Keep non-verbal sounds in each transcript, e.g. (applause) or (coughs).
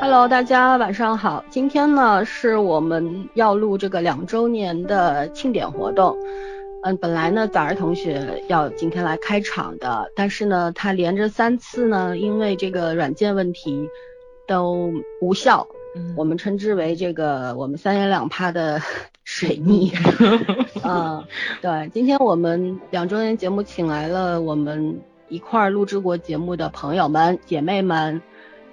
Hello，大家晚上好。今天呢是我们要录这个两周年的庆典活动。嗯，本来呢早儿同学要今天来开场的，但是呢他连着三次呢因为这个软件问题都无效，嗯我们称之为这个我们三言两拍的水逆。嗯，对，今天我们两周年节目请来了我们一块儿录制过节目的朋友们、姐妹们，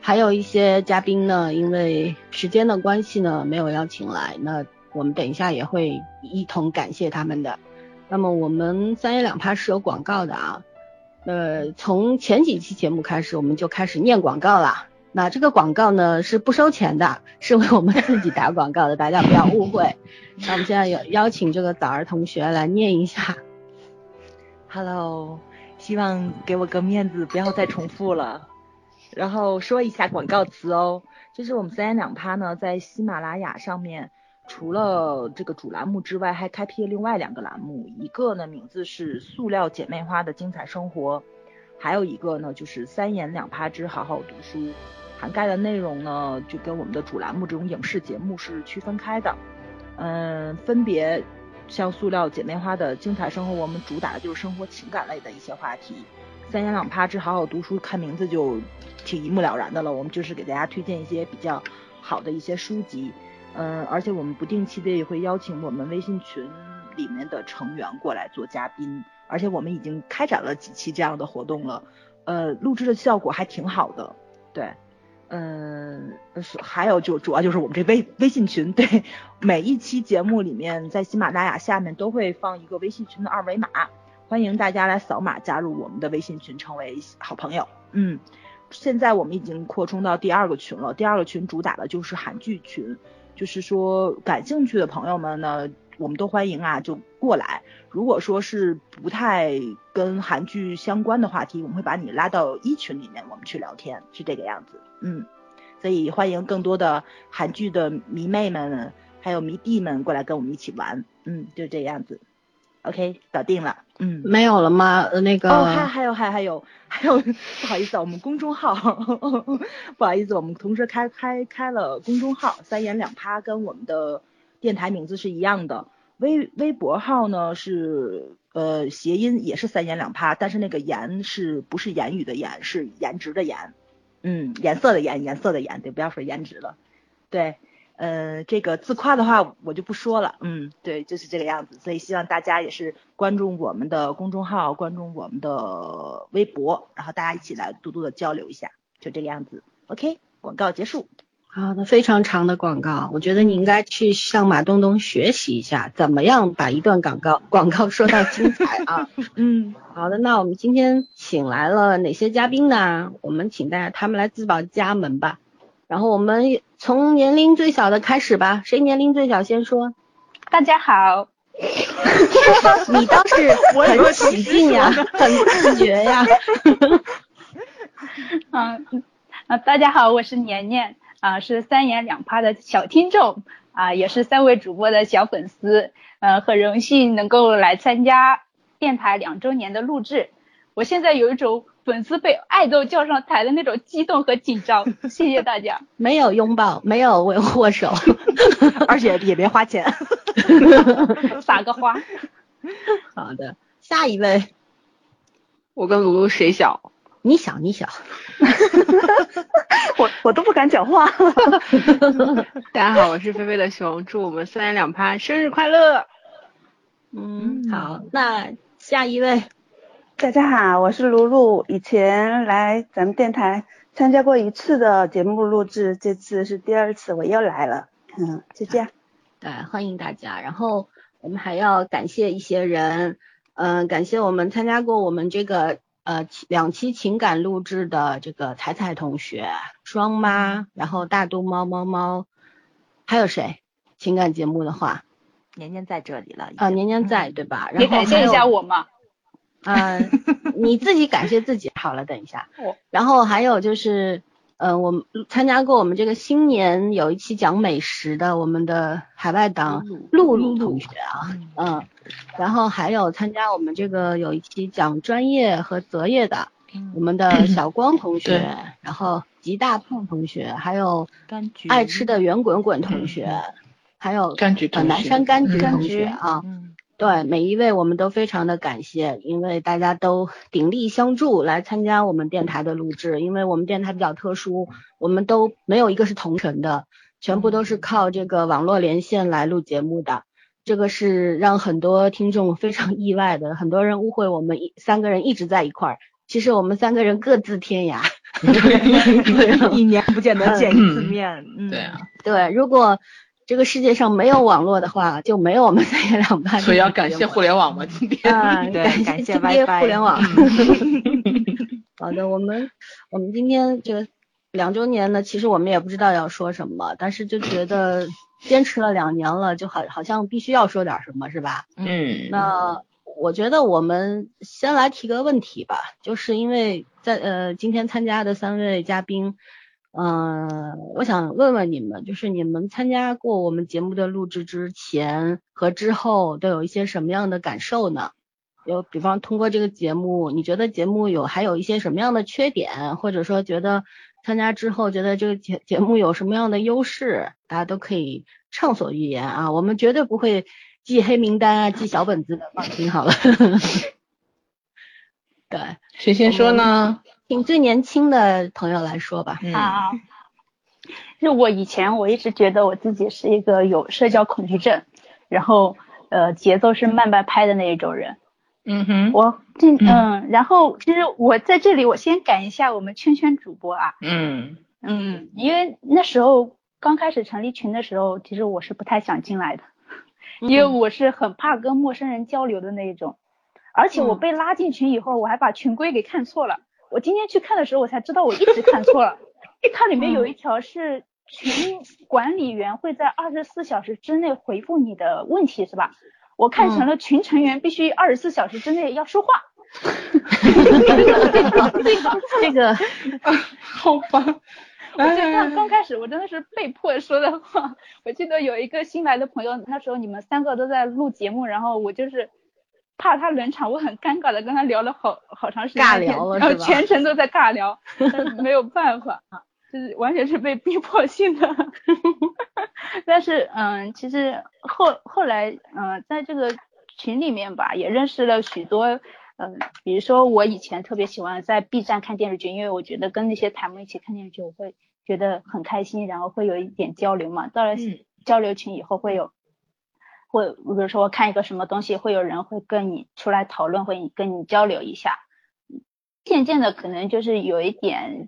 还有一些嘉宾呢，因为时间的关系呢，没有邀请来。那我们等一下也会一同感谢他们的。那么我们三言两拍是有广告的啊，呃，从前几期节目开始，我们就开始念广告啦。那这个广告呢是不收钱的，是为我们自己打广告的，大家不要误会。那我们现在有邀请这个早儿同学来念一下。 Hello，希望给我个面子，不要再重复了。然后说一下广告词哦，就是我们三言两趴呢，在喜马拉雅上面，除了这个主栏目之外，还开辟了另外两个栏目，一个呢名字是“塑料姐妹花的精彩生活”，还有一个呢就是“三言两趴之好好读书”，涵盖的内容呢就跟我们的主栏目这种影视节目是区分开的。嗯，分别像塑料姐妹花的精彩生活，我们主打的就是生活情感类的一些话题。三言两趴之好好读书，看名字就挺一目了然的了。我们就是给大家推荐一些比较好的一些书籍，嗯，而且我们不定期的也会邀请我们微信群里面的成员过来做嘉宾，而且我们已经开展了几期这样的活动了，呃，录制的效果还挺好的，对。嗯，是还有就主要就是我们这微微信群，对，每一期节目里面在喜马拉雅下面都会放一个微信群的二维码，欢迎大家来扫码加入我们的微信群，成为好朋友。嗯，现在我们已经扩充到第二个群了，第二个群主打的就是韩剧群，就是说感兴趣的朋友们呢，我们都欢迎啊，就过来。如果说是不太跟韩剧相关的话题，我们会把你拉到一群里面，我们去聊天，是这个样子。嗯，所以欢迎更多的韩剧的迷妹们，还有迷弟们过来跟我们一起玩。嗯，就这样子。OK，搞定了。嗯。没有了吗？呃那个、哦，还还有还还有还有，不好意思啊，我们公众号， (laughs) 不好意思，我们同时开开开了公众号，三言两趴跟我们的电台名字是一样的。微微博号呢是呃谐音也是三言两趴，但是那个言是不是言语的言，是颜值的颜，嗯，颜色的颜，颜色的颜，对，不要说颜值了，对。呃，这个自夸的话我就不说了，嗯，对，就是这个样子，所以希望大家也是关注我们的公众号，关注我们的微博，然后大家一起来多多的交流一下，就这个样子。OK，广告结束。好的，非常长的广告，我觉得你应该去向马东东学习一下，怎么样把一段广告广告说到精彩啊！嗯，好的，那我们今天请来了哪些嘉宾呢？我们请大家他们来自报家门吧。然后我们从年龄最小的开始吧，谁年龄最小先说？大家好， (laughs) 你倒是我以为很同起时劲呀， (laughs) 很自觉呀。嗯、啊，大家好，我是年年，啊、是三言两拍的小听众，啊、也是三位主播的小粉丝，呃，很荣幸能够来参加电台两周年的录制，我现在有一种粉丝被爱豆叫上台的那种激动和紧 (laughs) 张，谢谢大家。 (laughs) 没有拥抱，没有握握 (laughs) 手。 (laughs) 而且也别花钱。撒个花，好的，下一位，我跟卢卢谁小？你小你小， (laughs) 我我都不敢讲话。大家好，我是菲菲的熊，祝我们三言两拍生日快乐！嗯，嗯好，那下一位， (laughs) 大家好，我是卢露，以前来咱们电台参加过一次的节目录制，这次是第二次，我又来了。嗯，就这样。对，欢迎大家。然后我们还要感谢一些人，嗯、感谢我们参加过我们这个呃期两期情感录制的这个彩彩同学、双妈，然后大肚猫猫猫，还有谁？情感节目的话，年年在这里了。啊、年年在对吧？然也后感谢一还下有我嘛。嗯，你自己感谢自己好了，等一下我。然后还有就是，呃，我们参加过我们这个新年有一期讲美食的，我们的海外党露露同学啊，嗯，然后还有参加我们这个嗯有一期讲专业和择业的，我们的小光同学，然后吉大胖同学，还有柑橘爱吃的圆滚滚同学，嗯还有柑橘呃同南学山柑橘柑同橘学啊，嗯，对每一位我们都非常的感谢，因为大家都鼎力相助来参加我们电台的录制，因为我们电台比较特殊，我们都没有一个是同城的，全部都是靠这个网络连线来录节目的。这个是让很多听众非常意外的，很多人误会我们一三个人一直在一块儿，其实我们三个人各自天涯。 (laughs) 一年不见得见一次面，嗯，对啊，对，如果这个世界上没有网络的话，就没有我们三言两拍。所以要感谢互联网嘛，(laughs) 今天。啊，对感谢嗯谢今天 WiFi 互联网。 (laughs) (laughs) 好的，我们我们今天这个两周年呢，其实我们也不知道要说什么，但是就觉 (laughs) 得坚持了两年了，就好好像必须要说点什么，是吧？嗯，那我觉得我们先来提个问题吧，就是因为在呃今天参加的三位嘉宾，嗯、我想问问你们，就是你们参加过我们节目的录制之前和之后都有一些什么样的感受呢？有，比方通过这个节目，你觉得节目有还有一些什么样的缺点，或者说觉得参加之后觉得这个节节目有什么样的优势，大家都可以畅所欲言啊。我们绝对不会记黑名单啊，记小本子的，放心好了。 (laughs) 对，谁先说呢？请最年轻的朋友来说 (laughs) 吧。嗯，啊，就我以前我一直觉得我自己是一个有社交恐惧症，然后呃节奏是慢半拍的那一种人。嗯哼，我这嗯嗯，然后其实我在这里我先感一下我们圈圈主播啊，嗯嗯，因为那时候刚开始成立群的时候，其实我是不太想进来的，嗯因为我是很怕跟陌生人交流的那一种，而且嗯我被拉进群以后，我还把群规给看错了。我今天去看的时候，我才知道我一直看 (laughs) 错了，它里嗯面有一条是群管理员会在二十四小时之内回复你的问题，是吧？我看嗯成了群成员必须二十四小时之内要说话，这个好吧，我就哎这样，刚开始我真的是被迫说的话。我记得有一个新来的朋友，那时候你们三个都在录节目，然后我就是怕他冷场，我很尴尬的跟他聊了好好长时间的尬天聊了然后是吧全程都在 (laughs) 尬聊，但是没有办法啊，就是完全是被逼迫性的。但是嗯，其实后后来嗯，在这个群里面吧，也认识了许多。嗯，比如说我以前特别喜欢在 B 站看电视剧，因为我觉得跟那些台们一起看电视剧，我会觉得很开心，然后会有一点交流嘛。到了嗯交流群以后，会有，会比如说看一个什么东西，会有人会跟你出来讨论，会跟你交流一下。渐渐的，可能就是有一点，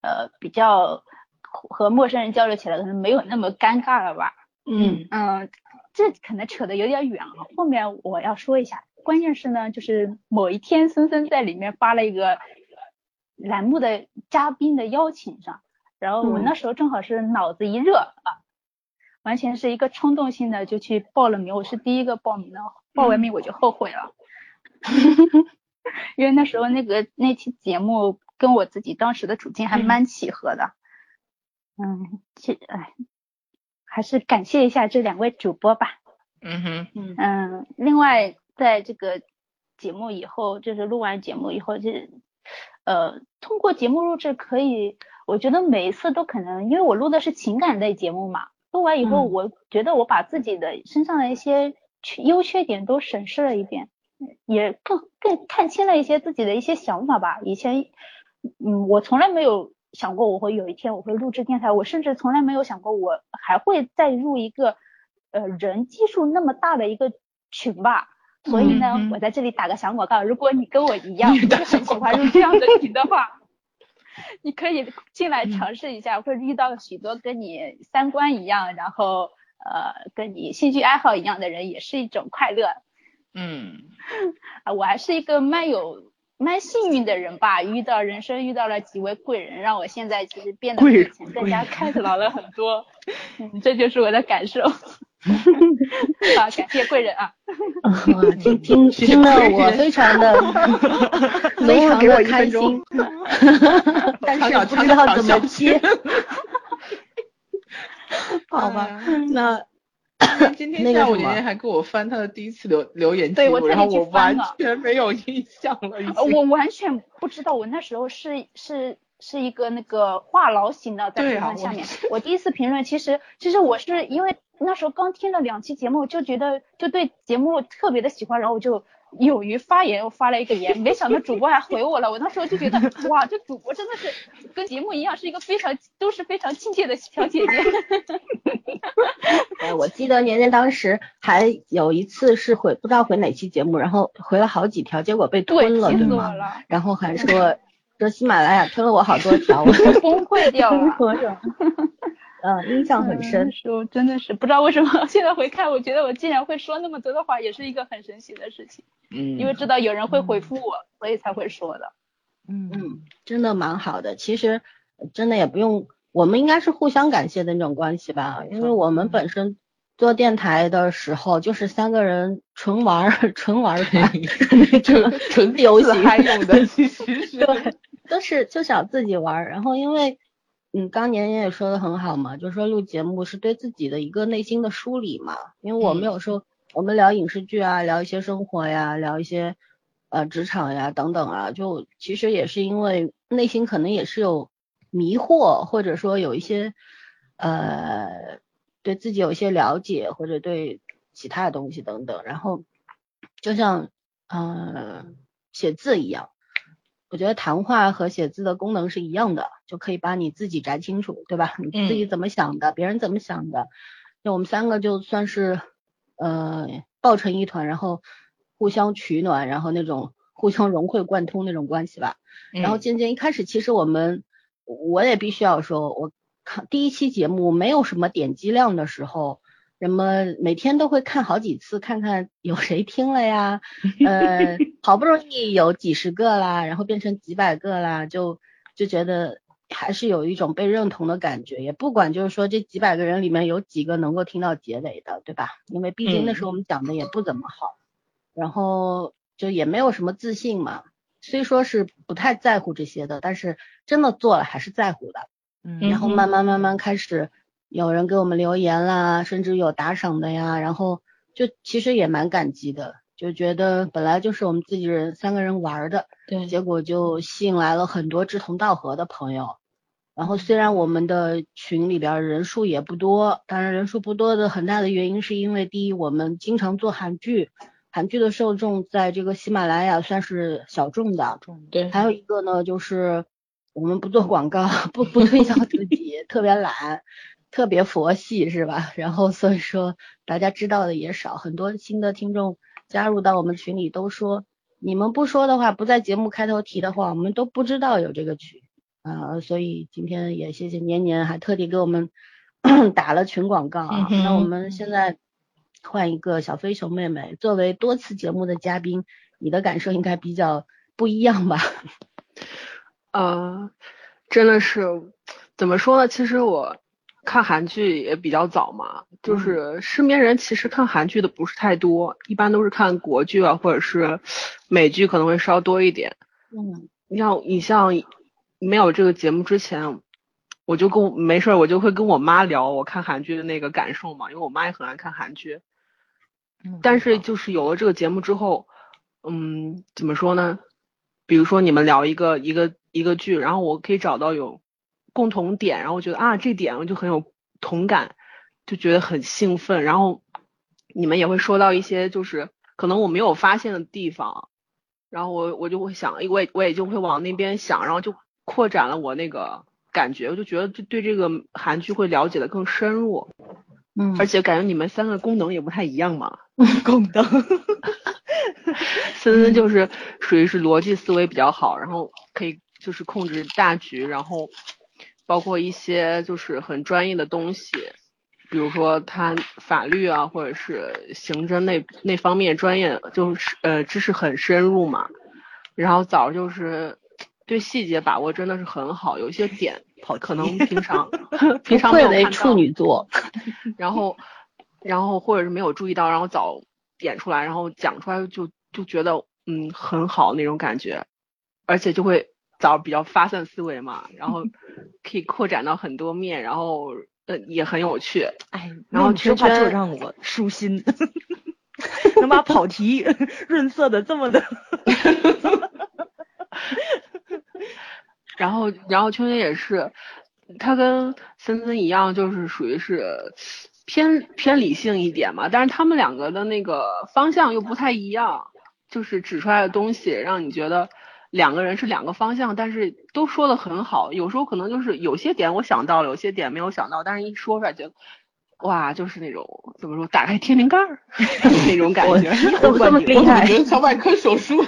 呃，比较和陌生人交流起来，可能没有那么尴尬了吧。嗯嗯，这可能扯得有点远啊，后面我要说一下。关键是呢，就是某一天森森在里面发了一个栏目的嘉宾的邀请上，然后我那时候正好是脑子一热啊，完全是一个冲动性的就去报了名，我是第一个报名的，哦报完名我就后悔了，因为那时候那个那期节目跟我自己当时的处境还蛮契合的，嗯，其哎，还是感谢一下这两位主播吧。嗯哼，嗯，另外在这个节目以后，就是录完节目以后，就是呃，通过节目录制可以，我觉得每一次都可能，因为我录的是情感类节目嘛，录完以后，我觉得我把自己的身上的一些缺优缺点都审视了一遍，也更更看清了一些自己的一些想法吧。以前，嗯，我从来没有想过我会有一天我会录制电台，我甚至从来没有想过我还会再入一个呃人基数那么大的一个群吧。所以呢，嗯嗯我在这里打个小广告，如果你跟我一样，你就打小很喜广欢告入这样 (laughs) 的群的话，你可以进来尝试一下，会遇到许多跟你三观一样，然后呃跟你兴趣爱好一样的人，也是一种快乐。嗯啊，我还是一个蛮有蛮幸运的人吧，遇到人生遇到了几位贵人，让我现在其实变得比以前更加开朗了很多。嗯，这就是我的感受。啊，感谢贵人啊！哇听听听得我非常 (laughs) 的非常给我的一开分心钟，但长是长不长知道长怎么长 (laughs) 接。好吧，嗯那啊今那个天下午什年么年还给我翻他的第一次留留言记对我录，特然后地去我翻完了全没有印象了，已呃经。我完全不知道，我那时候是是是一个那个话痨型的，在对评啊论下我面。我第一次评论，其实其实我是因为那时候刚听了两期节目，就觉得就对节目特别的喜欢，然后我就勇于发言，我发了一个言，没想到主播还回我了。我那时候就觉得，哇，这主播真的是跟节目一样，是一个非常都是非常亲切的小姐姐。哎，我记得年年当时还有一次是回不知道回哪期节目，然后回了好几条，结果被对，吞了，气对死我吗？了，然后还说说喜马拉雅吞了我好多 (laughs) 条，我我崩溃掉了。 (laughs) 嗯印象很嗯那深。时候真的是不知道为什么，现在回看，我觉得我竟然会说那么多的话，也是一个很神奇的事情。嗯，因为知道有人会回复我，所以才会说的。嗯嗯，真的蛮好的。其实呃真的也不用，我们应该是互相感谢的那种关系吧，因为我们本身做电台的时候就是三个人纯玩儿 (laughs) 纯玩儿团 (laughs) 那种纯游自戏嗨 (laughs) 用的，其实是对，都是就想自己玩儿。然后因为，嗯，刚年也说的很好嘛，就说录节目是对自己的一个内心的梳理嘛。因为我们嗯有时候、我们聊影视剧啊，聊一些生活呀，聊一些呃职场呀等等啊，就其实也是因为内心可能也是有迷惑，或者说有一些呃对自己有一些了解，或者对其他的东西等等。然后就像呃写字一样，我觉得谈话和写字的功能是一样的，就可以把你自己摘清楚，对吧？你自己怎么想的，别人怎么想的，那我们三个就算是呃抱成一团，然后互相取暖，然后那种互相融会贯通那种关系吧。嗯然后渐渐一开始，其实我们我也必须要说，我看第一期节目没有什么点击量的时候，什么每天都会看好几次，看看有谁听了呀，呃，好不容易有几十个啦，然后变成几百个啦，就就觉得。还是有一种被认同的感觉，也不管就是说这几百个人里面有几个能够听到结尾的，对吧？因为毕竟那时候我们讲的也不怎么好，然后就也没有什么自信嘛，虽说是不太在乎这些的，但是真的做了还是在乎的。嗯然后慢慢慢慢开始有人给我们留言啦，甚至有打赏的呀，然后就其实也蛮感激的，就觉得本来就是我们自己人三个人玩儿的，对结果就吸引来了很多志同道合的朋友。然后虽然我们的群里边儿人数也不多，当然人数不多的很大的原因是因为第一，我们经常做韩剧，韩剧的受众在这个喜马拉雅算是小众的，对，还有一个呢，就是我们不做广告，不不推销自己，特别懒，特别佛系，是吧？然后所以说大家知道的也少，很多新的听众加入到我们群里都说，你们不说的话，不在节目开头提的话，我们都不知道有这个群啊、所以今天也谢谢年年，还特地给我们 (coughs) 打了群广告啊。嗯哼那我们现在换一个小飞熊妹妹，作为多次节目的嘉宾，你的感受应该比较不一样吧？呃，真的是怎么说呢？其实我看韩剧也比较早嘛，就是身边人其实看韩剧的不是太多，一般都是看国剧啊，或者是美剧可能会稍多一点。嗯你像你像没有这个节目之前，我就跟我没事儿我就会跟我妈聊我看韩剧的那个感受嘛，因为我妈也很爱看韩剧。但是就是有了这个节目之后，嗯，怎么说呢？比如说你们聊一个一个一个剧，然后我可以找到有共同点，然后我觉得啊这点我就很有同感，就觉得很兴奋。然后你们也会说到一些就是可能我没有发现的地方，然后我我就会想，我也我也就会往那边想，然后就扩展了我那个感觉，我就觉得就对这个韩剧会了解的更深入，嗯而且感觉你们三个功能也不太一样嘛。共灯，森森就是属于是逻辑思维比较好，然后可以就是控制大局，然后包括一些就是很专业的东西，比如说他法律啊或者是刑侦那那方面专业就是呃知识很深入嘛。然后枣就是对细节把握真的是很好，有些点跑可能平常平常没愧有为看处到。女座，然后，然后或者是没有注意到，然后早点出来，然后讲出来就就觉得嗯很好那种感觉，而且就会早比较发散思维嘛，然后可以扩展到很多面，然后呃也很有趣。哎，然后你说圈话就圈让我舒 (laughs) 心，能把跑题 (laughs) 润色的这么的，然后，然后秋姐也是，她跟森森一样，就是属于是偏偏理性一点嘛，但是他们两个的那个方向又不太一样，就是指出来的东西让你觉得两个人是两个方向，但是都说的很好。有时候可能就是有些点我想到了，有些点没有想到，但是一说出来觉得。哇，就是那种怎么说，打开天灵盖儿 (laughs) 那种感觉，怎么这么厉害我怎么觉得像外科手术？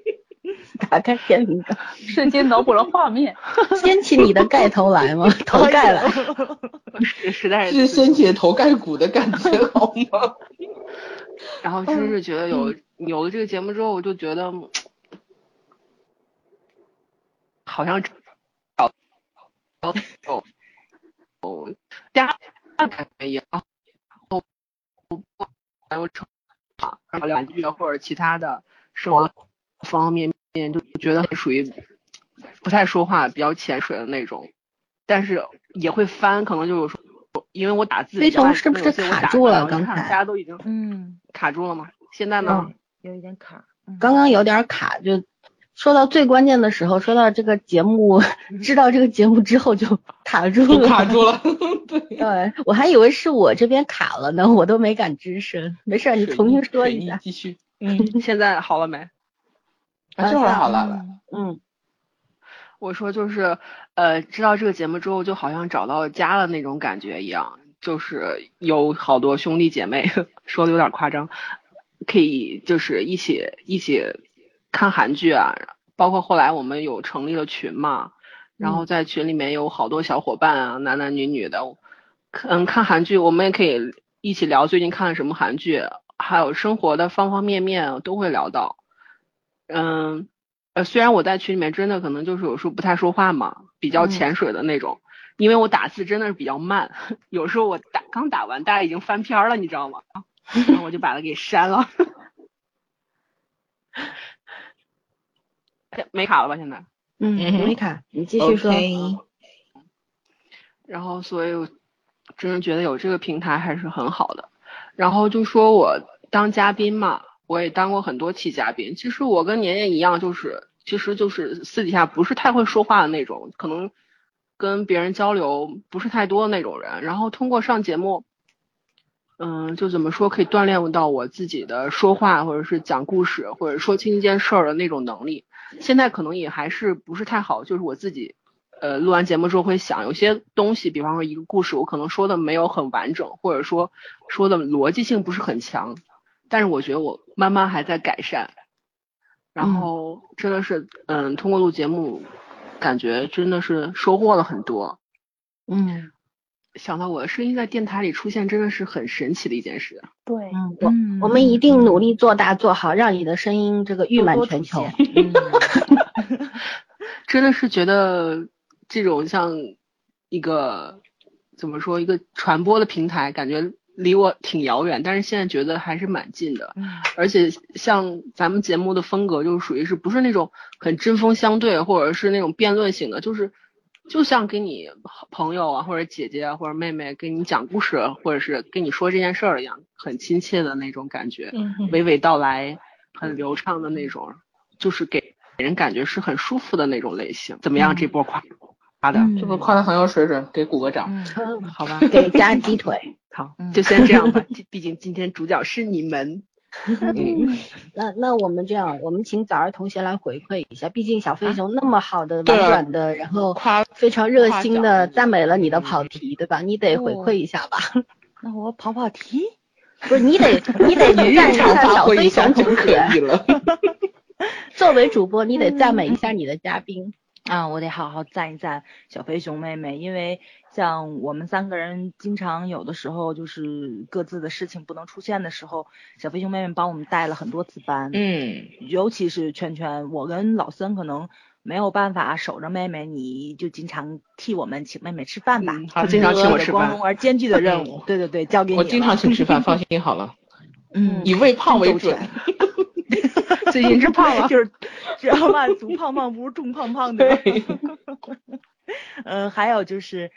(laughs) 打开天灵盖，瞬间脑补了画 (laughs) 面。掀起你的盖头来吗？头盖来，实实在是是掀起头盖骨的感 (laughs) 觉好吗？然后真是觉得有、有了这个节目之后，我就觉得好像找找有有家感觉也好，我我还有成长，然后两句或者其他的生活方方面面，就觉得属于不太说话、比较潜水的那种，但是也会翻，可能就是说。因为我打字飞比较慢，虫是不可能有是些我卡打住不了到你刚看才大家都已经嗯，卡住了吗？现在呢？有一点卡。嗯刚刚有点卡，就说到最关键的时候，说到这个节目，知道这个节目之后就卡住就了。卡住了，对，对，我还以为是我这边卡了呢，我都没敢吱声。没事儿，你重新说一 (laughs) 水泥下。继续，现在好了没？啊，这会儿好了了，嗯，我说就是，呃，知道这个节目之后，就好像找到家了那种感觉一样，就是有好多兄弟姐妹， (laughs) 说的有点夸张，可以就是一起一起看韩剧啊，包括后来我们有成立了群嘛，然后在群里面有好多小伙伴啊，男男女女的，嗯，看韩剧我们也可以一起聊最近看了什么韩剧，还有生活的方方面面都会聊到。嗯，呃，虽然我在群里面真的可能就是有时候不太说话嘛，比较潜水的那种，因为我打字真的是比较慢， (laughs) 有时候我打刚打完，大家已经翻篇儿了，你知道吗？然后我就把它给删了。 (laughs) 没卡了吧？现在？嗯，嗯哼没卡，你继续说。 OK 然后所以我真是觉得有这个平台还是很好的。然后就说我当嘉宾嘛，我也当过很多期嘉宾。其实我跟年年一样，就是其实就是私底下不是太会说话的那种，可能跟别人交流不是太多的那种人。然后通过上节目，嗯，就怎么说可以锻炼到我自己的说话，或者是讲故事，或者说清一件事儿的那种能力。现在可能也还是不是太好，就是我自己，呃，录完节目之后会想，有些东西，比方说一个故事，我可能说的没有很完整，或者说说的逻辑性不是很强，但是我觉得我慢慢还在改善。然后真的是，嗯，通过录节目，感觉真的是收获了很多。嗯想到我的声音在电台里出现，真的是很神奇的一件事。对，嗯，我嗯，我们一定努力做大做好，让你的声音这个誉满全球。 (laughs) (laughs) 真的是觉得这种像一个怎么说一个传播的平台，感觉离我挺遥远，但是现在觉得还是蛮近的。嗯而且像咱们节目的风格，就是属于是不是那种很针锋相对，或者是那种辩论型的，就是就像给你朋友啊，或者姐姐啊，或者妹妹给你讲故事，或者是跟你说这件事儿一样，很亲切的那种感觉，嗯娓娓道来，很流畅的那种，就是给人感觉是很舒服的那种类型。怎么样，这波夸夸的，这个夸的很有嗯水准，给鼓个掌。嗯好吧？给加鸡腿。好嗯，就先这样吧，毕毕竟今天主角是你们。那那我们这样，我们请早儿同学来回馈一下，毕竟小飞熊那么好的、对婉啊转的，然后夸非常热心夸的奖赞美了嗯你的跑题，对吧？你得回馈一下吧，那我跑跑题。不是你 (laughs) 得你得赞现一场下发小挥一飞下熊就同可学，以 (laughs) 了。作为主播，你得赞美一下你的嘉宾。啊，我得好好赞一赞小飞熊妹妹，因为像我们三个人经常有的时候就是各自的事情不能出现的时候，小飞熊妹妹帮我们带了很多次班，嗯，尤其是圈圈，我跟老森可能没有办法守着妹妹，你就经常替我们请妹妹吃饭吧，嗯她经常请我吃饭嗯光荣而艰巨的任务，对对对，交给你我经常了请吃饭，放心好了，嗯以喂胖为准周。全最近是胖 (laughs) 了，就是知道吧？足胖胖不是重胖胖的。 (laughs) 呃，还有就是，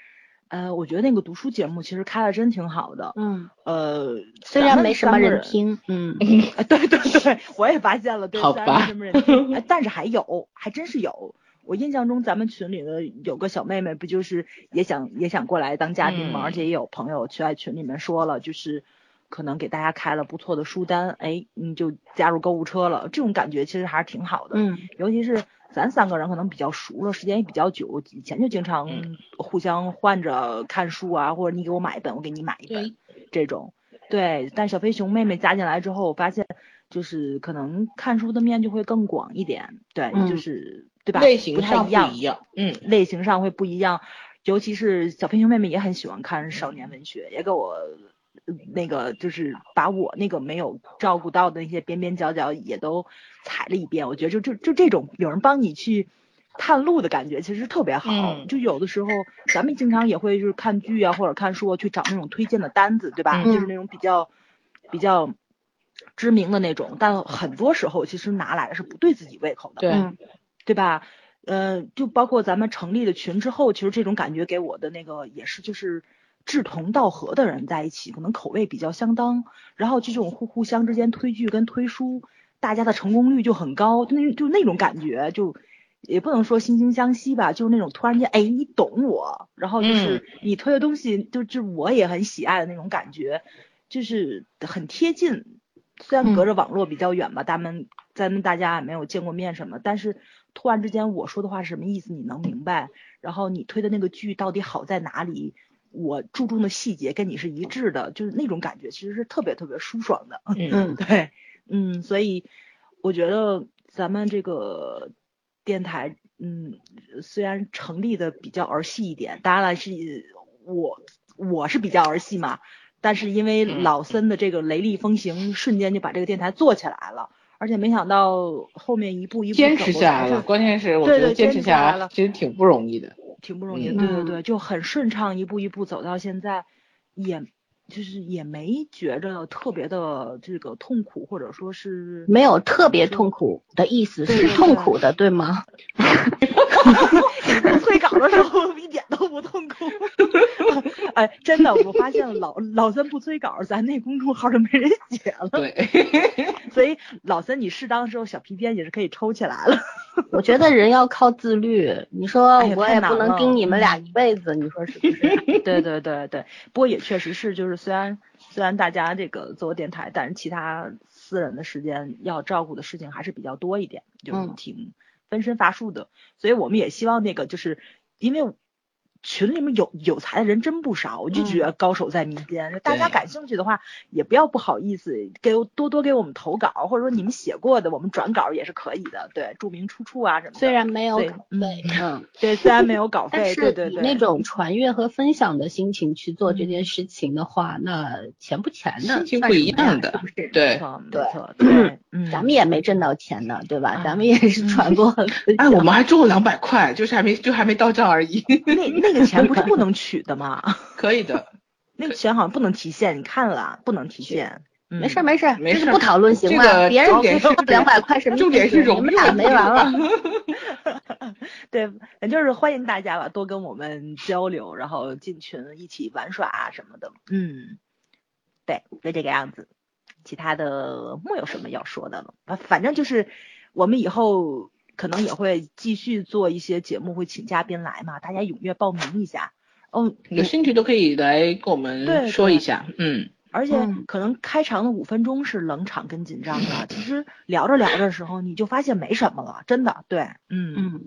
呃，我觉得那个读书节目其实开的真挺好的。嗯，呃，虽咱然们没什么三个人，听， (laughs) 嗯，哎对对对，我也发现了，对，好虽吧 (laughs) 然没什么人听，哎但是还有，还真是有。我印象中咱们群里的有个小妹妹，不就是也想也想过来当嘉宾嘛，嗯而且也有朋友去在群里面说了，就是可能给大家开了不错的书单，哎，你就加入购物车了，这种感觉其实还是挺好的。嗯，尤其是咱三个人可能比较熟了，时间也比较久，以前就经常嗯互相换着看书啊，或者你给我买一本，我给你买一本这种。对，但小飞熊妹妹加进来之后，我发现就是可能看书的面就会更广一点，对，嗯就是对吧？类型不太上一样一，样，嗯，类型上会不一样。尤其是小飞熊妹妹也很喜欢看少年文学，也给我呃那个就是把我那个没有照顾到的那些边边角角也都踩了一遍。我觉得就就就这种有人帮你去探路的感觉，其实特别好。嗯就有的时候咱们经常也会就是看剧啊或者看书啊去找那种推荐的单子，对吧？嗯就是那种比较比较。知名的那种，但很多时候其实拿来是不对自己胃口的。对，嗯对吧？呃，就包括咱们成立了群之后，其实这种感觉给我的那个也是就是志同道合的人在一起，可能口味比较相当，然后这种互互相之间推剧跟推书，大家的成功率就很高，就那就那种感觉就。也不能说惺惺相惜吧，就是那种突然间，哎，你懂我，然后就是你推的东西，就就我也很喜爱的那种感觉，就是很贴近。虽然隔着网络比较远吧，咱们咱们大家也没有见过面什么，但是突然之间我说的话是什么意思你能明白，然后你推的那个剧到底好在哪里，我注重的细节跟你是一致的，就是那种感觉其实是特别特别舒爽的。嗯，嗯 (laughs) 对，嗯，所以我觉得咱们这个电台，嗯，虽然成立的比较儿戏一点，当然了是我我是比较儿戏嘛，但是因为嗯老森的这个雷厉风行，瞬间就把这个电台做起来了，而且没想到后面一步一步嗯坚走持过下还来是了，关键是我对觉对得坚坚持持下来下了来嗯其实挺不容易的，挺不容易的，嗯对对对，就很顺畅，一步一步走到现在，也就是也没觉着特别的这个痛苦，或者说是没有特别痛苦的意思，对是对痛苦的，对吗？ (laughs) 催稿的时候一点都不痛 (laughs) 苦。哎，真的，我发现老老三不催稿，咱那公众号就没人写了。对， (laughs) 所以老三，你适当的时候小皮鞭也是可以抽起来了。我觉得人要靠自律。你说哎呀我太也难不能了盯你们俩一辈子，你说是不是？对对对对，不过也确实是，就是虽然虽然大家这个做电台，但是其他私人的时间要照顾的事情还是比较多一点，就是嗯挺分身乏术的。所以我们也希望那个就是因为。群里面有有才的人真不少，我就觉得高手在民间。大家对感兴趣的话，也不要不好意思，给我多多给我们投稿，或者说你们写过的，我们转稿也是可以的。对，注明出处啊什么 (laughs) 的。虽然没有对稿嗯费，嗯，对，虽然没有稿但费，对是对以对，那种传阅和分享的心情去做这嗯件事情的话，那钱不钱的心情算不什一么呀样的是不是？没对，错没对错，对，嗯，咱们也没挣到钱呢，对吧？啊咱们也是传播和分哎，享。我们还中了两百块，就是还没就还没到账而已，那那个钱不是不能取的吗？ (laughs) 可以的，那个钱好像不能提现，你看了啊不能提现。没事儿嗯，没事儿，没这事个儿不讨论行吗？这个别人重点只收是两百块什么意思？重点是你容们易俩没完了。对，反正就是欢迎大家吧，多跟我们交流，然后进群一起玩耍啊什么的。嗯，对，就这个样子。其他的木有什么要说的了？啊，反正就是我们以后可能也会继续做一些节目，会请嘉宾来嘛，大家踊跃报名一下。哦，有兴趣都可以来跟我对们说一下，嗯，而且嗯可能开场的五分钟是冷场跟紧张的，其实聊着聊着的时候，你就发现没什么了，真的，对，嗯嗯，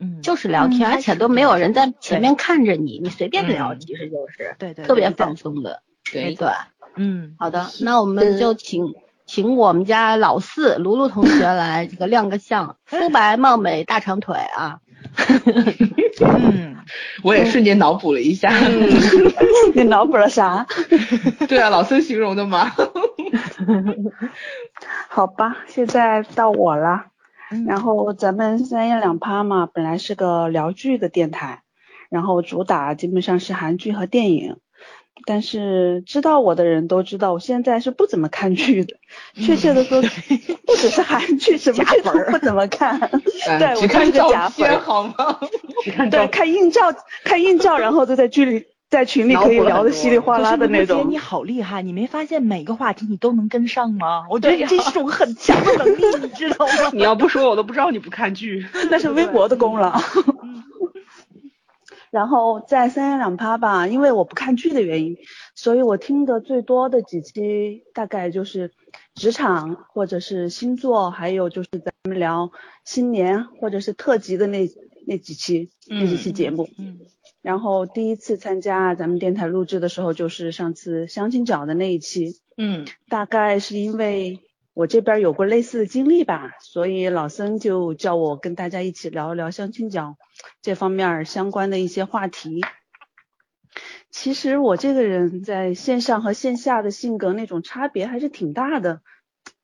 嗯，就是聊天，嗯而且都没有人在前面看着你，你随便嗯聊，其实就是对对，特别对放，松的。对，对，嗯，好的，那我们就请请我们家老四卢卢同学来这个亮个相，肤白貌美大长腿啊，嗯，我也瞬间脑补了一下， (laughs) 你脑补了啥？ (laughs) 对啊，老孙形容的嘛，好吧，现在到我了。嗯然后咱们三言两趴嘛，本来是个聊剧的电台，然后主打基本上是韩剧和电影。但是知道我的人都知道，我现在是不怎么看剧的。确切的说，不只是韩剧，什么剧都 (laughs) 不怎么看。对嗯只我就是看个假照粉片好吗？只看照对，片，看映照，看映照，然后就在剧里，在群里可以聊的稀里哗啦的那可是陆姐种你。好厉害，你没发现每个话题你都能跟上吗？我觉得这是种很强的能力，你知哦道吗？你要不说我都不知道你不看剧。那是微博的功劳。然后在三言两拍吧，因为我不看剧的原因，所以我听的最多的几期大概就是职场或者是星座，还有就是咱们聊新年或者是特辑的那那几期那几期节目。嗯然后第一次参加咱们电台录制的时候，就是上次相亲角的那一期。嗯，大概是因为我这边有过类似的经历吧，所以老僧就叫我跟大家一起聊一聊相亲角这方面儿相关的一些话题。其实我这个人在线上和线下的性格那种差别还是挺大的。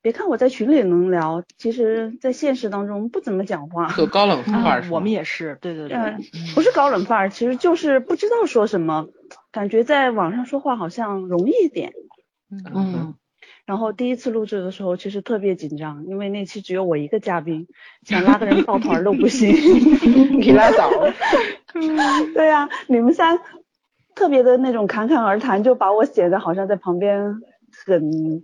别看我在群里能聊，其实在现实当中不怎么讲话。 (laughs) 有高冷范儿是吧，我们也是，对对对，嗯，不是高冷范儿，其实就是不知道说什么，感觉在网上说话好像容易一点。嗯，然后第一次录制的时候，其实特别紧张，因为那期只有我一个嘉宾，想拉个人抱团儿都不行。 (laughs) 你拉倒，，对呀、你们仨特别的那种侃侃而谈，就把我显得好像在旁边很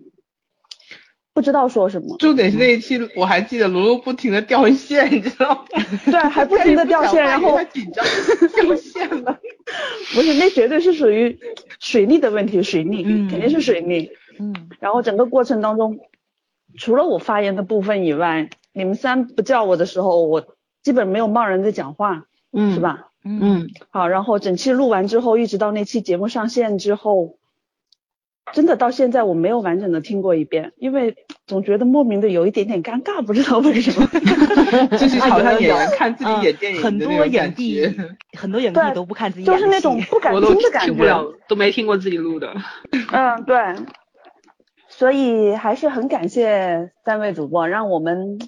不知道说什么 (laughs) 重点是那一期我还记得卢卢不停的掉线，你知道吗？对，还不停的掉线，然后他紧张 (laughs) 掉线了。不是，那绝对是属于水逆的问题，水逆、嗯肯定是水逆。嗯，然后整个过程当中，除了我发言的部分以外，你们三不叫我的时候，我基本没有贸然的讲话，嗯是？吧？嗯，好，然后整期录完之后，一直到那期节目上线之后，真的到现在我没有完整的听过一遍，因为总觉得莫名的有一点点尴尬，不知道为 (laughs) 什么。就是好像演啊有员看自己演电影的很那种多影感帝觉，很多影帝对都不看自己就演是的那种 (laughs) 戏不敢我听都的感听不觉。了，都没听过自己录的。嗯，对。所以还是很感谢三位主播，让我们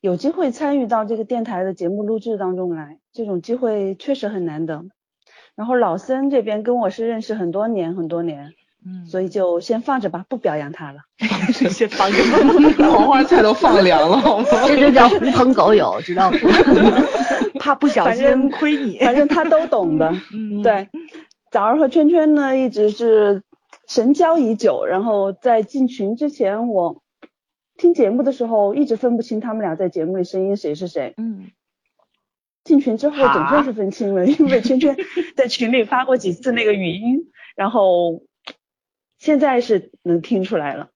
有机会参与到这个电台的节目录制当中来，这种机会确实很难得。然后老森这边跟我是认识很多年很多年，嗯，所以就先放着吧，不表扬他了。这些方言， (laughs) 黄花菜都放凉了，好吗？这就叫狐朋狗友，知道吗？ (laughs) 怕不小反正心亏你，反正他都懂的。嗯，对，枣儿和圈圈呢一直是神交已久，然后在进群之前，我听节目的时候一直分不清他们俩在节目里声音谁是谁。嗯，进群之后总啊算是分清了，因为圈圈在群里发过几次那个语音，然后现在是能听出来了。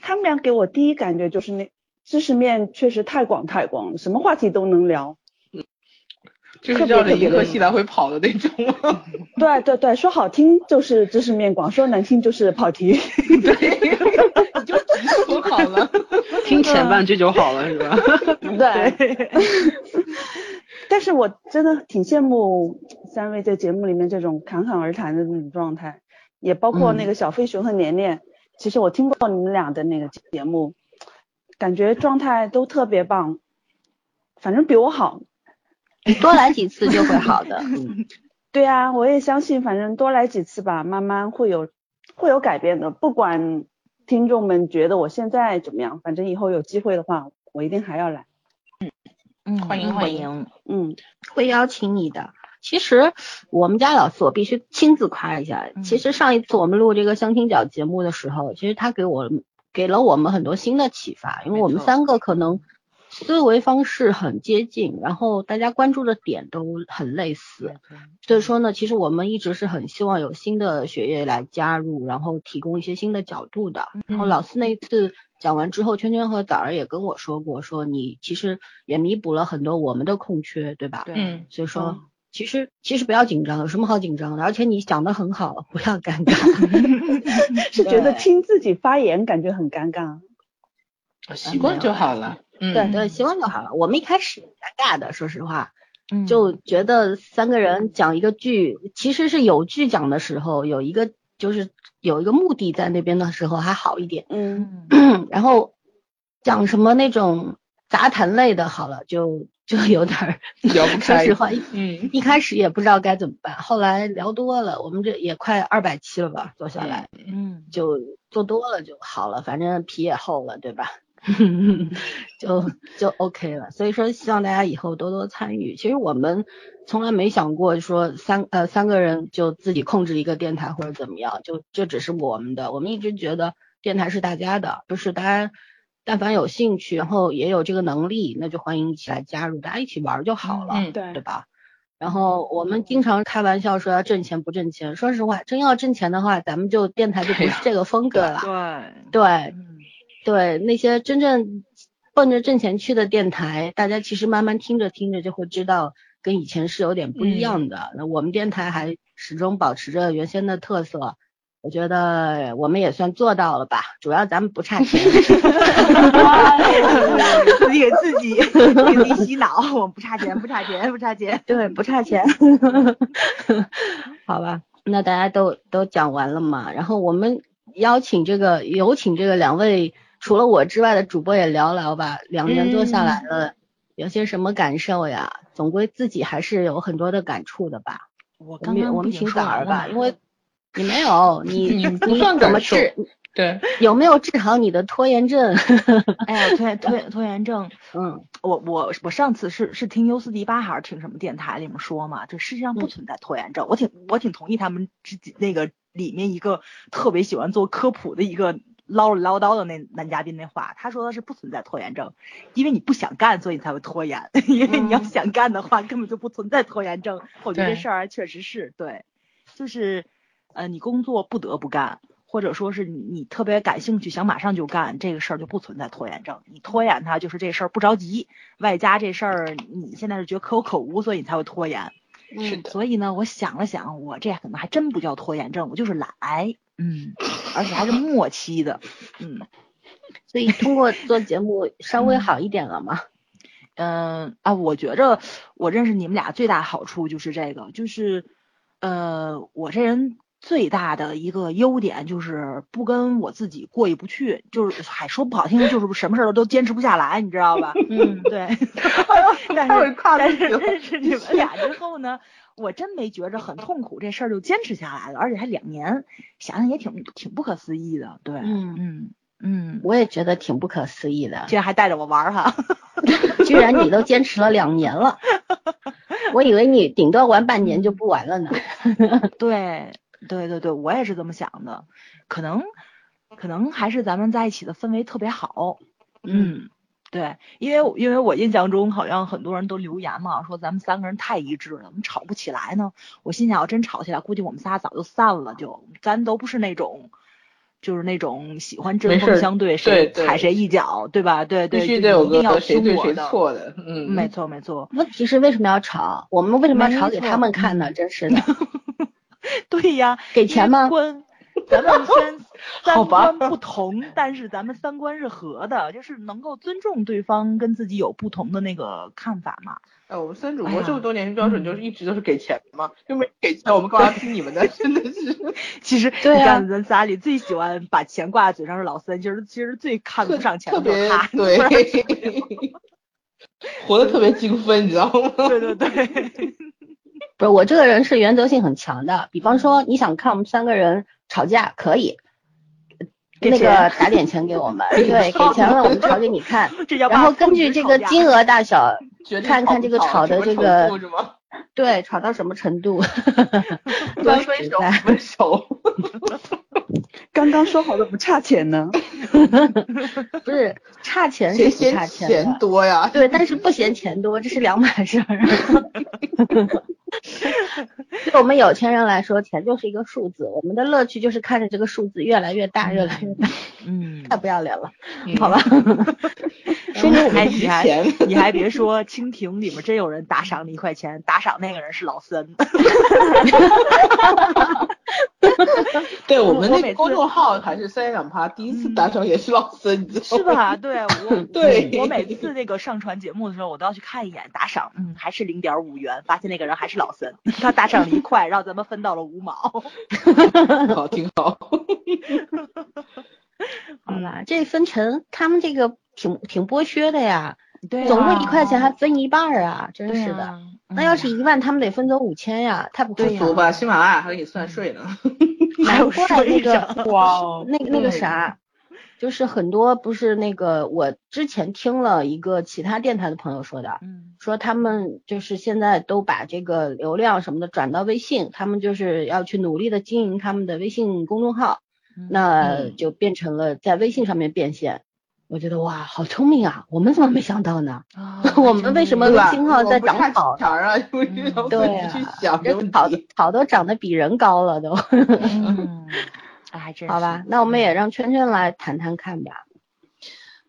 他们俩给我第一感觉就是那知识面确实太广太广了，什么话题都能聊。就是绕着银河系来回跑的那种。对对对，说好听就是知识面广，说难听就是跑题。对，你就直说好了。听前半句就好了，是吧？对。但是我真的挺羡慕三位在节目里面这种侃侃而谈的那种状态，也包括那个小飞熊和年年。其实我听过你们俩的那个节目，感觉状态都特别棒，反正比我好。多来几次就会好的。对啊，我也相信，反正多来几次吧，慢慢会有会有改变的。不管听众们觉得我现在怎么样，反正以后有机会的话，我一定还要来。嗯，欢迎欢欢迎，嗯，会邀请你的。其实我们家老四，我必须亲自夸一下。嗯其实上一次我们录这个相亲角节目的时候，其实他给我给了我们很多新的启发，因为我们没错三个可能思维方式很接近，然后大家关注的点都很类似。所以说呢，其实我们一直是很希望有新的血液来加入，然后提供一些新的角度的。嗯然后老四那一次讲完之后，圈圈和枣儿也跟我说过，说你其实也弥补了很多我们的空缺，对吧？对，嗯，所以说，嗯其实其实不要紧张，有什么好紧张的？而且你想的很好，不要尴尬。是觉得听自己发言感觉很尴尬。 (laughs) 习惯就好了。嗯，对对，习惯就好了。我们一开始也尴尬的，说实话，嗯就觉得三个人讲一个剧，其实是有剧讲的时候，有一个就是有一个目的在那边的时候还好一点。嗯，然后讲什么那种杂谈类的，好了，就就有点儿聊不说 (laughs) 开实话，一嗯，一开始也不知道该怎么办，后来聊多了，我们这也快二百期了吧，做下来嗯就做多了就好了，反正皮也厚了，对吧？就就 OK 了。所以说，希望大家以后多多参与。其实我们从来没想过说三呃三个人就自己控制一个电台或者怎么样，就这只是我们的。我们一直觉得电台是大家的，就是大家但凡有兴趣，然后也有这个能力，那就欢迎一起来加入，大家一起玩就好了，嗯对 (laughs) 对吧？嗯然后我们经常开玩笑说要挣钱不挣钱，说实话，真要挣钱的话，咱们就电台就不对是呀这个风格了。对，对嗯对，那些真正奔着挣钱去的电台，大家其实慢慢听着听着就会知道，跟以前是有点不一嗯样的。那我们电台还始终保持着原先的特色，我觉得我们也算做到了吧。主要咱们不差钱， (laughs) 自己给自己给自己洗脑，我们不差钱，不差钱，不差钱。对，不差钱。 (laughs) 好吧，那大家都都讲完了嘛，然后我们邀请这个有请这个两位除了我之外的主播也聊聊吧，两年多下来了，有些什么感受呀？总归自己还是有很多的感触的吧。我我刚们刚我们不仅请说早完儿了吧，吗因为你没有你你不你算怎么感受治对，有没有治好你的拖延症？ (laughs) (laughs) 哎呀，拖延拖延拖延症，嗯，我我我上次是是听优斯迪巴还是听什么电台里面说嘛，这世界上不嗯存在拖延症，我挺我挺同意他们之己那个里面一个特别喜欢做科普的一个唠里唠叨的那男嘉宾那话，他说的是不存在拖延症，因为你不想干，所以你才会拖延， (laughs) 因为你嗯要想干的话，根本就不存在拖延症。我觉得这对事儿还确实是对，就是呃你工作不得不干，或者说是你你特别感兴趣，想马上就干这个事儿就不存在拖延症。你拖延它就是这事儿不着急，外加这事儿你现在是觉得可有可无，所以你才会拖延。是的，所以呢，我想了想，我这可能还真不叫拖延症，我就是懒癌，嗯，而且还是末期的，嗯所以通过做节目稍微好一点了嘛。嗯、啊，我觉着我认识你们俩最大好处就是这个，就是呃，我这人最大的一个优点就是不跟我自己过意不去，就是还说不好听，就是什么事儿都坚持不下来，你知道吧？嗯，对， (laughs) 但太会是夸但自己是了认识你们俩之后呢，我真没觉着很痛苦，这事儿就坚持下来了，而且还两年，想想也挺挺不可思议的，对，嗯嗯嗯，我也觉得挺不可思议的。居然还带着我玩儿哈， (laughs) 居然你都坚持了两年 (laughs) 了，我以为你顶多玩半年就不玩了呢。嗯对对对对，我也是这么想的，可能可能还是咱们在一起的氛围特别好，嗯，对，因为我因为我印象中好像很多人都留言嘛，说咱们三个人太一致了，怎么吵不起来呢？我心想，要真吵起来，估计我们仨早就散了就，咱都不是那种。就是那种喜欢针没事锋儿相对，谁对对踩谁一脚，对吧？对对，必就须你得有一定要个谁听对我谁的，错的，嗯，没错没错， (laughs) 问题是为什么要吵？我们为什么要吵给他们看嗯呢？真是的，对呀，给钱吗？观，咱们先好三吧观不同，但是咱们三观是合的，就是能够尊重对方跟自己有不同的那个看法嘛。哎，我们三主哎播呀这么多年标准就是一直都是给钱嘛，又没给钱，我们干嘛听你们的？ (laughs) 真的是其实对你啊看咱仨里最喜欢把钱挂在嘴上是老三，其实其实最看特不上钱特的就别是他。对， (laughs) 活得特别精分，你知道吗？ (laughs) (laughs) 对对对，不是，我这个人是原则性很强的。比方说，你想看我们三个人吵架，可以。给那个钱打点钱给我 (laughs) 们，对，给钱了我们吵给你看，这 (laughs) 要然把后根父据女这吵个架金额大小，决定看看这个吵吵不的这什么个程度是吗？对，吵到什么程度， (laughs) 一多 (laughs) 般分实手在。分手，刚刚说好的不差钱呢，不是差钱是谁不嫌差钱的钱多呀？对，但是不嫌钱多，这是两码事儿。 (laughs) 对我们有钱人来说，钱就是一个数字，我们的乐趣就是看着这个数字越来越大，越来越大，嗯，哎太不要脸了，嗯好吧？说 (laughs) 明我们提你还前 (laughs) 你还别说，蜻蜓里面真有人打赏你一块钱，打赏那个人是老三。 (laughs) 对我我们我那每个公次众号还是三言两拍，第一次嗯打赏也是老师，你知道是吗？吧？对我嗯对我每次那个上传节目的时候，我都要去看一眼打赏，嗯，还是零点五元，发现那个人还是老森，他打赏了一块，让咱们分到了五毛。好，挺好。好吧，这分成他们这个挺挺剥削的呀，对啊总共一块钱还分一半儿啊，真对是的。啊那要是一万，他们得分走五千呀，太不公不平服了。吧，喜马拉雅还给你算税呢。还难有怪那税个上，哇哦，那个那个对啥，就是很多不是那个，我之前听了一个其他电台的朋友说的，嗯说他们就是现在都把这个流量什么的转到微信，他们就是要去努力的经营他们的微信公众号，嗯那就变成了在微信上面变现。我觉得哇，好聪明啊！我们怎么没想到呢？ (laughs) 啊我们为什么微信号在我不涨看跑？肠啊，就嗯是我对自己去啊想这着草草都长得比人高了都，嗯，哎，还真好吧？那我们也让圈圈来谈谈看吧。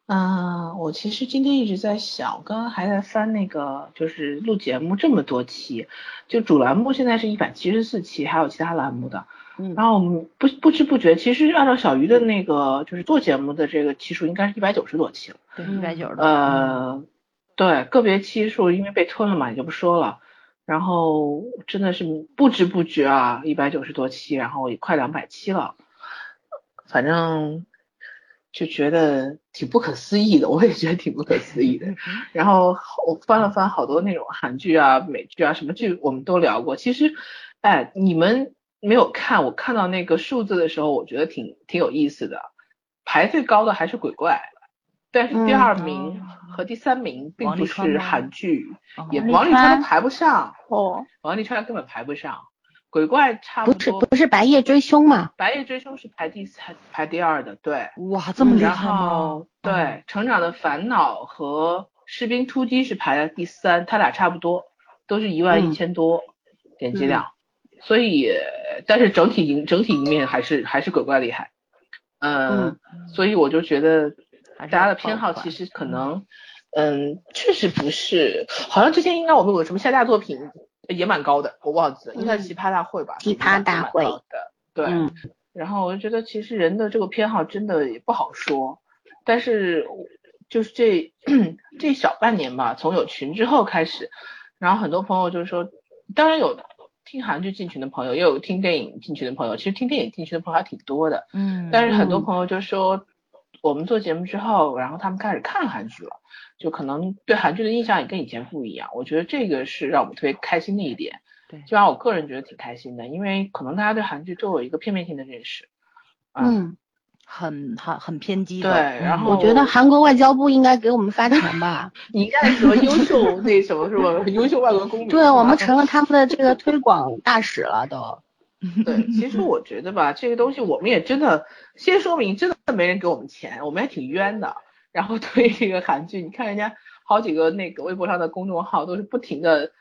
啊，我其实今天一直在想，我刚刚还在翻那个，就是录节目这么多期，就主栏目现在是一百七十四期，还有其他栏目的。嗯然后我们不不知不觉，其实按照小鱼的那个，就是做节目的这个期数，应该是一百九十多期了。对一百九十多，呃，对，个别期数因为被吞了嘛，也就不说了。然后真的是不知不觉啊，一百九十多期，然后也快两百期了，反正就觉得挺不可思议的，我也觉得挺不可思议的。然后我翻了翻好多那种韩剧啊、美剧啊，什么剧我们都聊过。其实，哎，你们没有看，我看到那个数字的时候，我觉得挺挺有意思的。排最高的还是鬼怪，但是第嗯二哦名和第三名并王不沥川是吗韩剧，哦也沥王沥川川都排不上，哦，王沥川根本排不上。鬼怪差不是多，不是白夜追凶嘛？白夜追凶是排第三排第二的，对。哇，这么厉然害吗后对嗯《成长的烦恼》和《士兵突击》是排在第三，他俩差不多，都是一嗯万一千多点击量，所以但是整体赢整体赢面还是还是鬼怪厉害，嗯，所以我就觉得还是大家的爆偏好款其实可能，嗯，确实不是，好像之前应该我们有什么下架作品呃也蛮高的，我忘记了，应该是奇葩大会吧，嗯奇葩也蛮大会也蛮高的，对，嗯然后我就觉得其实人的这个偏好真的也不好说，但是我就是这 (clears throat) 这小半年吧，从有群之后开始，然后很多朋友就是说，当然有听韩剧进群的朋友，也有听电影进群的朋友，其实听电影进群的朋友还挺多的，嗯，但是很多嗯朋友就说，我们做节目之后，然后他们开始看韩剧了，就可能对韩剧的印象也跟以前不一样。我觉得这个是让我们特别开心的一点，对就让我个人觉得挺开心的，因为可能大家对韩剧都有一个片面性的认识。嗯，嗯，很很很偏激对的，嗯然后我觉得韩国外交部应该给我们发钱吧？你应 (laughs) 该是什么优秀那什么是吧？优秀外国公民是吧。对，我们成了他们的这个推广大使了都。 (laughs) 对，其实我觉得吧，这个东西我们也真的，先说明真的没人给我们钱，我们还挺冤的。然后对这个韩剧，你看人家好几个那个微博上的公众号都是不停的，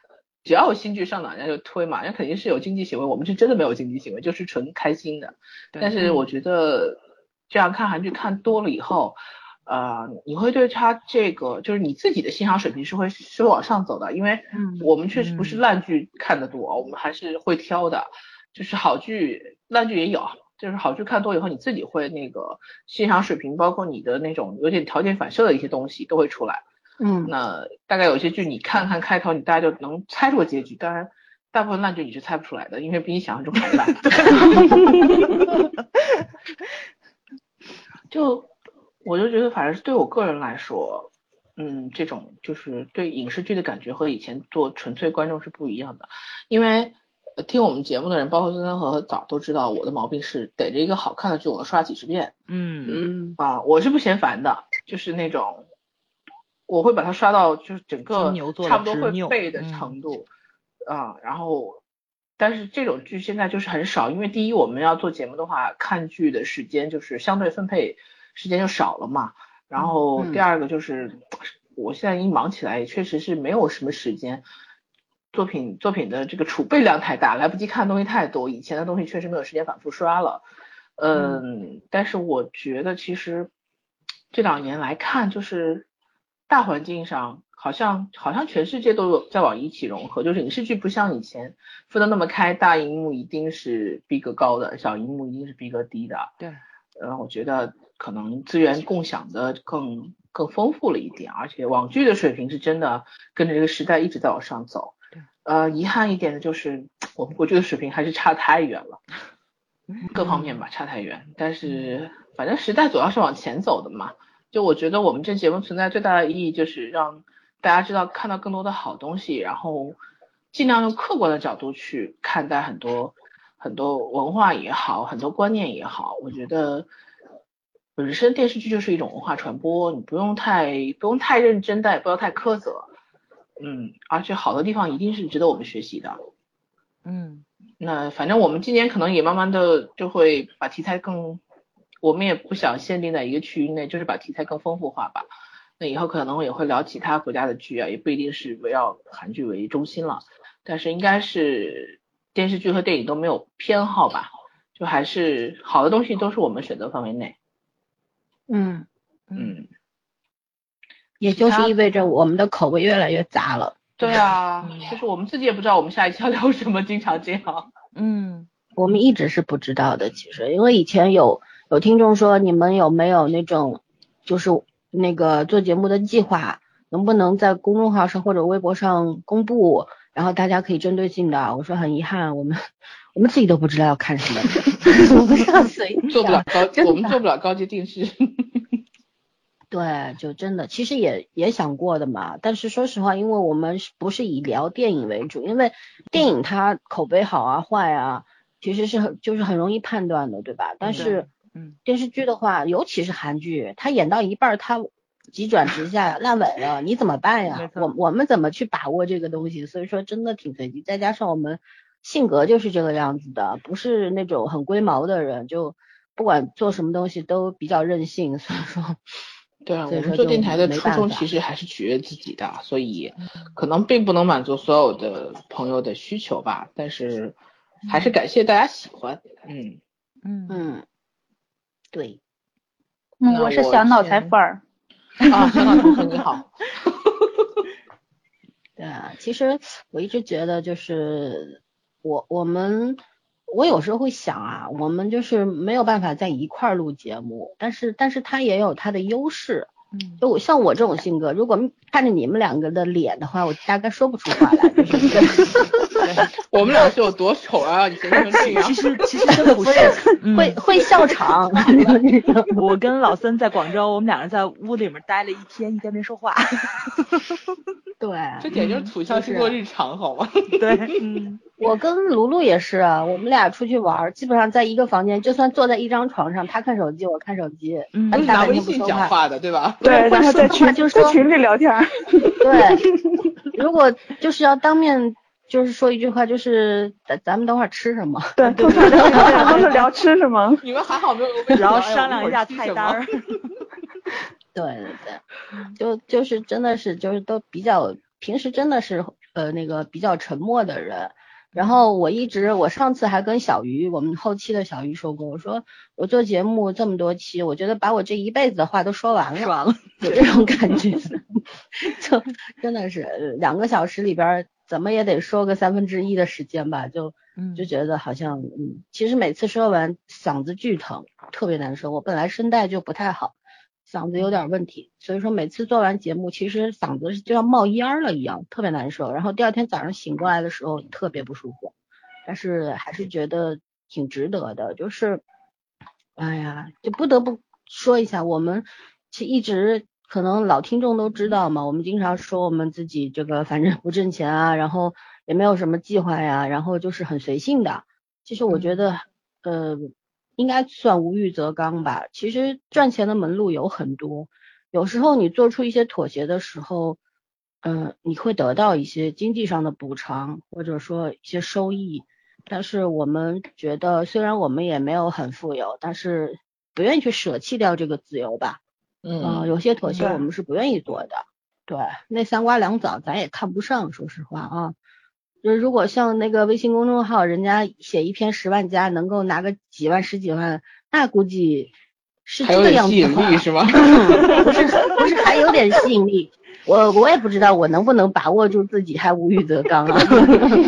只要有新剧上档，人家就推嘛，人家肯定是有经济行为，我们是真的没有经济行为，就是纯开心的。对嗯但是我觉得这样看韩剧看多了以后，呃，你会对他这个就是你自己的欣赏水平是会是会往上走的，因为我们确实不是嗯烂剧看的多，我们还是会挑的，就是好剧烂剧也有。啊就是好剧看多以后，你自己会那个欣赏水平，包括你的那种有点条件反射的一些东西都会出来。嗯那大概有些剧你看看开头，你大概就能猜出个结局。当然，大部分烂剧你是猜不出来的，因为比你想象中还烂。 (laughs) 就我就觉得，反正是对我个人来说，嗯，这种就是对影视剧的感觉和以前做纯粹观众是不一样的。因为呃听我们节目的人，包括孙三和早都知道我的毛病是逮着一个好看的剧，我能刷几十遍。嗯嗯，啊，我是不嫌烦的，就是那种我会把它刷到就是整个金牛座的差不多执会拗背的嗯程度啊、然后但是这种剧现在就是很少，因为第一我们要做节目的话，看剧的时间就是相对分配时间就少了嘛，然后第二个就是、我现在一忙起来，也确实是没有什么时间。作品作品的这个储备量太大，来不及看的东西太多，以前的东西确实没有时间反复刷了。嗯，但是我觉得其实这两年来看，就是大环境上好像好像全世界都有在往一起融合，就是影视剧不像以前分的那么开，大荧幕一定是逼格高的，小荧幕一定是逼格低的。对，然呃后我觉得可能资源共享的更更丰富了一点，而且网剧的水平是真的跟着这个时代一直在往上走对。呃，遗憾一点的就是我们国剧的水平还是差太远了，各方面吧差太远。但是反正时代总要是往前走的嘛。就我觉得我们这节目存在最大的意义就是让大家知道看到更多的好东西，然后尽量用客观的角度去看待很多很多文化也好，很多观念也好，我觉得本身电视剧就是一种文化传播，你不用太不用太认真，但也不要太苛责。嗯，而且好的地方一定是值得我们学习的。嗯，那反正我们今年可能也慢慢的就会把题材更，我们也不想限定在一个区域内，就是把题材更丰富化吧。那以后可能也会聊其他国家的剧啊，也不一定是围绕韩剧为中心了，但是应该是电视剧和电影都没有偏好吧，就还是好的东西都是我们选择范围内。嗯，嗯，也就是意味着我们的口味越来越杂了。对 (laughs) 啊，就是我们自己也不知道我们下一期要聊什么，经常这样。嗯我们一直是不知道的，其实因为以前有有听众说你们有没有那种就是那个做节目的计划，能不能在公众号上或者微博上公布，然后大家可以针对性啊的。我说很遗憾，我们 (laughs) 我们自己都不知道要看什么，我们要随机做不了上高，真的我们 (laughs) 做不了高级定制。对，就真的，其实也也想过的嘛，但是说实话，因为我们是不是以聊电影为主，因为电影它口碑好啊坏啊，其实是很就是很容易判断的，对吧？但是嗯，电视剧的话，尤其是韩剧，它演到一半儿，它急转直下烂尾了，你怎么办没呀？错我我们怎么去把握这个东西？所以说真的挺随机，再加上我们性格就是这个样子的，不是那种很龟毛的人，就不管做什么东西都比较任性，所以说。对啊，我所以们说做就电台的没初办衷法嗯其实还是取悦自己的，所以可能并不能满足所有的朋友的需求吧，但是还是感谢大家喜欢。嗯，嗯嗯嗯，对，嗯，那我是我小脑先残粉儿。啊，小老同学你好，对啊，其实我一直觉得就是我我们我有时候会想啊，我们就是没有办法在一块儿录节目，但是但是它也有它的优势。嗯就我像我这种性格，如果看着你们两个的脸的话，我大概说不出话来，就是一个我们俩是有多丑啊？你先成这样其，实其实真不是，嗯 (laughs) 会会笑场。 (laughs) 我跟老森在广州，我们两人在屋里面待了一天，一天没说话。对，这简直就是土象星啊座日常好吗？对，嗯我跟卢卢也是啊，我们俩出去玩儿，基本上在一个房间，就算坐在一张床上，他看手机，我看手机，嗯都但是大拿半微天不信说讲话。话的，对吧？对，然后在说话群就在说群里聊天儿，对， (laughs) 如果就是要当面就是说一句话，就是咱咱们等会儿吃什么？对，通常在群里然后聊吃什么，你们还好没有？我跟你然后讲哎商我量们会一下吃菜什么单儿。对对对，就就是真的是就是都比较平时真的是呃那个比较沉默的人。然后我一直，我上次还跟小鱼，我们后期的小鱼说过，我说我做节目这么多期，我觉得把我这一辈子的话都说完了，说完了，有这种感觉， (laughs) 就真的是呃两个小时里边儿怎么也得说个三分之一的时间吧，就嗯就觉得好像，嗯，其实每次说完嗓子巨疼，特别难受。我本来声带就不太好，嗓子有点问题，所以说每次做完节目，其实嗓子就像冒烟儿了一样，特别难受。然后第二天早上醒过来的时候特别不舒服，但是还是觉得挺值得的。就是，哎呀，就不得不说一下，我们是一直可能老听众都知道嘛，我们经常说我们自己这个反正不挣钱啊，然后也没有什么计划呀，然后就是很随性的。其实我觉得，呃，应该算无欲则刚吧。其实赚钱的门路有很多，有时候你做出一些妥协的时候，嗯、你会得到一些经济上的补偿，或者说一些收益。但是我们觉得，虽然我们也没有很富有，但是不愿意去舍弃掉这个自由吧。呃，嗯，有些妥协对我们是不愿意做的。对，那三瓜两枣咱也看不上，说实话啊。就是如果像那个微信公众号，人家写一篇十万加，能够拿个几万、十几万，那估计是还这有个点样子吸引的话力，是吗？ (laughs) 不是不是还有点吸引力。我我也不知道我能不能把握住自己，还无欲则刚啊。 (laughs)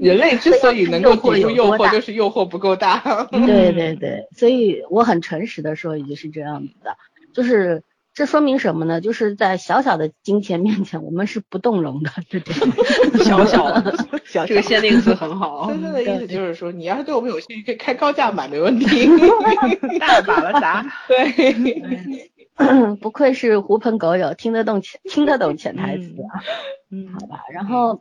人类之所以能够抵诱惑有住诱多惑，大嗯就是诱惑不够大。对对嗯对，所以我很诚实的说一句是这样子的，就是这说明什么呢？就是在小小的金钱面前，我们是不动容的，这 (laughs) 点。小小的小小这个限定词很好 (laughs) 真，正的意思就是说，你要是对我们有兴趣，可以开高价买，没问题。 (laughs) 大粑粑砸，对，不愧是狐朋狗友，听得懂潜听得懂潜台词啊，嗯好吧。然后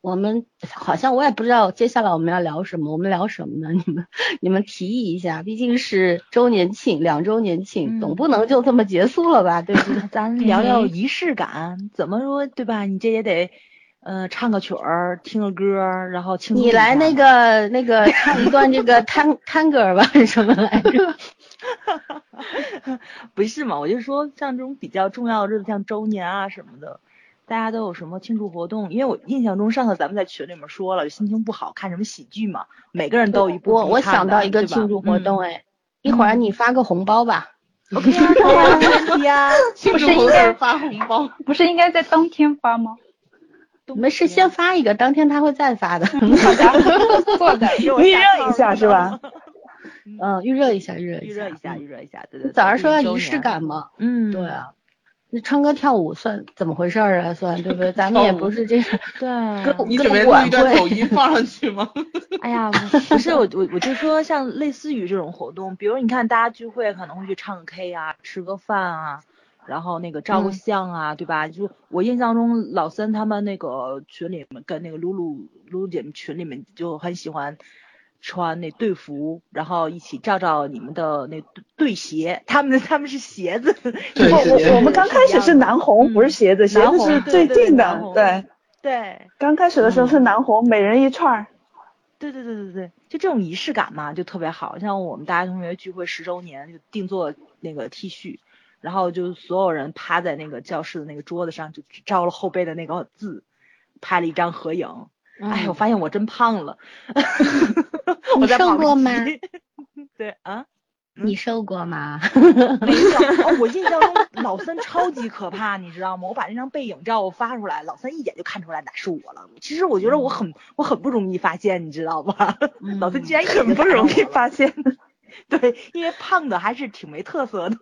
我们好像我也不知道接下来我们要聊什么，我们聊什么呢？ (laughs) 你们你们提议一下，毕竟是周年庆，两周年庆，嗯总不能就这么结束了吧？对不对？咱聊聊仪式感，怎么说对吧？你这也得，呃，唱个曲儿，听个歌儿，然后庆祝你一下来那个那个唱一段这个探探戈吧，什么来着？ (laughs) 不是嘛？我就说像这种比较重要的日子，像周年啊什么的，大家都有什么庆祝活动？因为我印象中上次咱们在群里面说了，就心情不好看什么喜剧嘛，每个人都有一部我必我看想的到一个对吧庆祝活动， (laughs) 嗯哎，一会儿你发个红包吧。 OK 啊，当然 (laughs) 没问 (laughs) 题啊，庆祝是活应该动发红包，不是应该在当天发吗？我们是先发一个，当天他会再发的。嗯好的，做的。给我预下套热一儿下是吧？ (laughs) 嗯，预热一下，预热预一下。热一下，嗯预热一下，对对。对早上说要一周仪式年感嘛，嗯，对啊。那唱歌跳舞算怎么回事儿啊？算对不对？咱们也不是这个对啊，歌舞你歌准备舞录一晚段抖会，音放上去吗？哎呀，不不是我我我就说像类似于这种活动，比如你看大家聚会可能会去唱个 K 啊，吃个饭啊，然后那个照个嗯相啊，对吧？就我印象中老三他们那个群里面跟那个露露露露姐们群里面就很喜欢穿那队服，然后一起照照你们的那队队鞋，他们他们是鞋 (laughs) 子， (laughs) 对我对对我我们刚开始是南红，嗯不是鞋子，鞋南子红是对最对对近南的红，对。对。刚开始的时候是南红，每人一串儿。对对对对对，就这种仪式感嘛，就特别好。像我们大学同学聚会十周年，就定做那个 T 恤，然后就所有人趴在那个教室的那个桌子上，就只照了后背的那个字，拍了一张合影。 (laughs) 嗯哎，我发现我真 (laughs) 胖了。我在瘦跑步过吗机？ (laughs) 对啊，你瘦过吗？没有。哦，我印象中老三超级可怕，你知道吗？我把那张背影照我发出来，老三一眼就看出来哪是我了。其实我觉得嗯我很我很不容易发现，你知道吧？嗯老三居然一眼就很不看上容易我了发现。 (laughs) 对，因为胖的还是挺没特色的，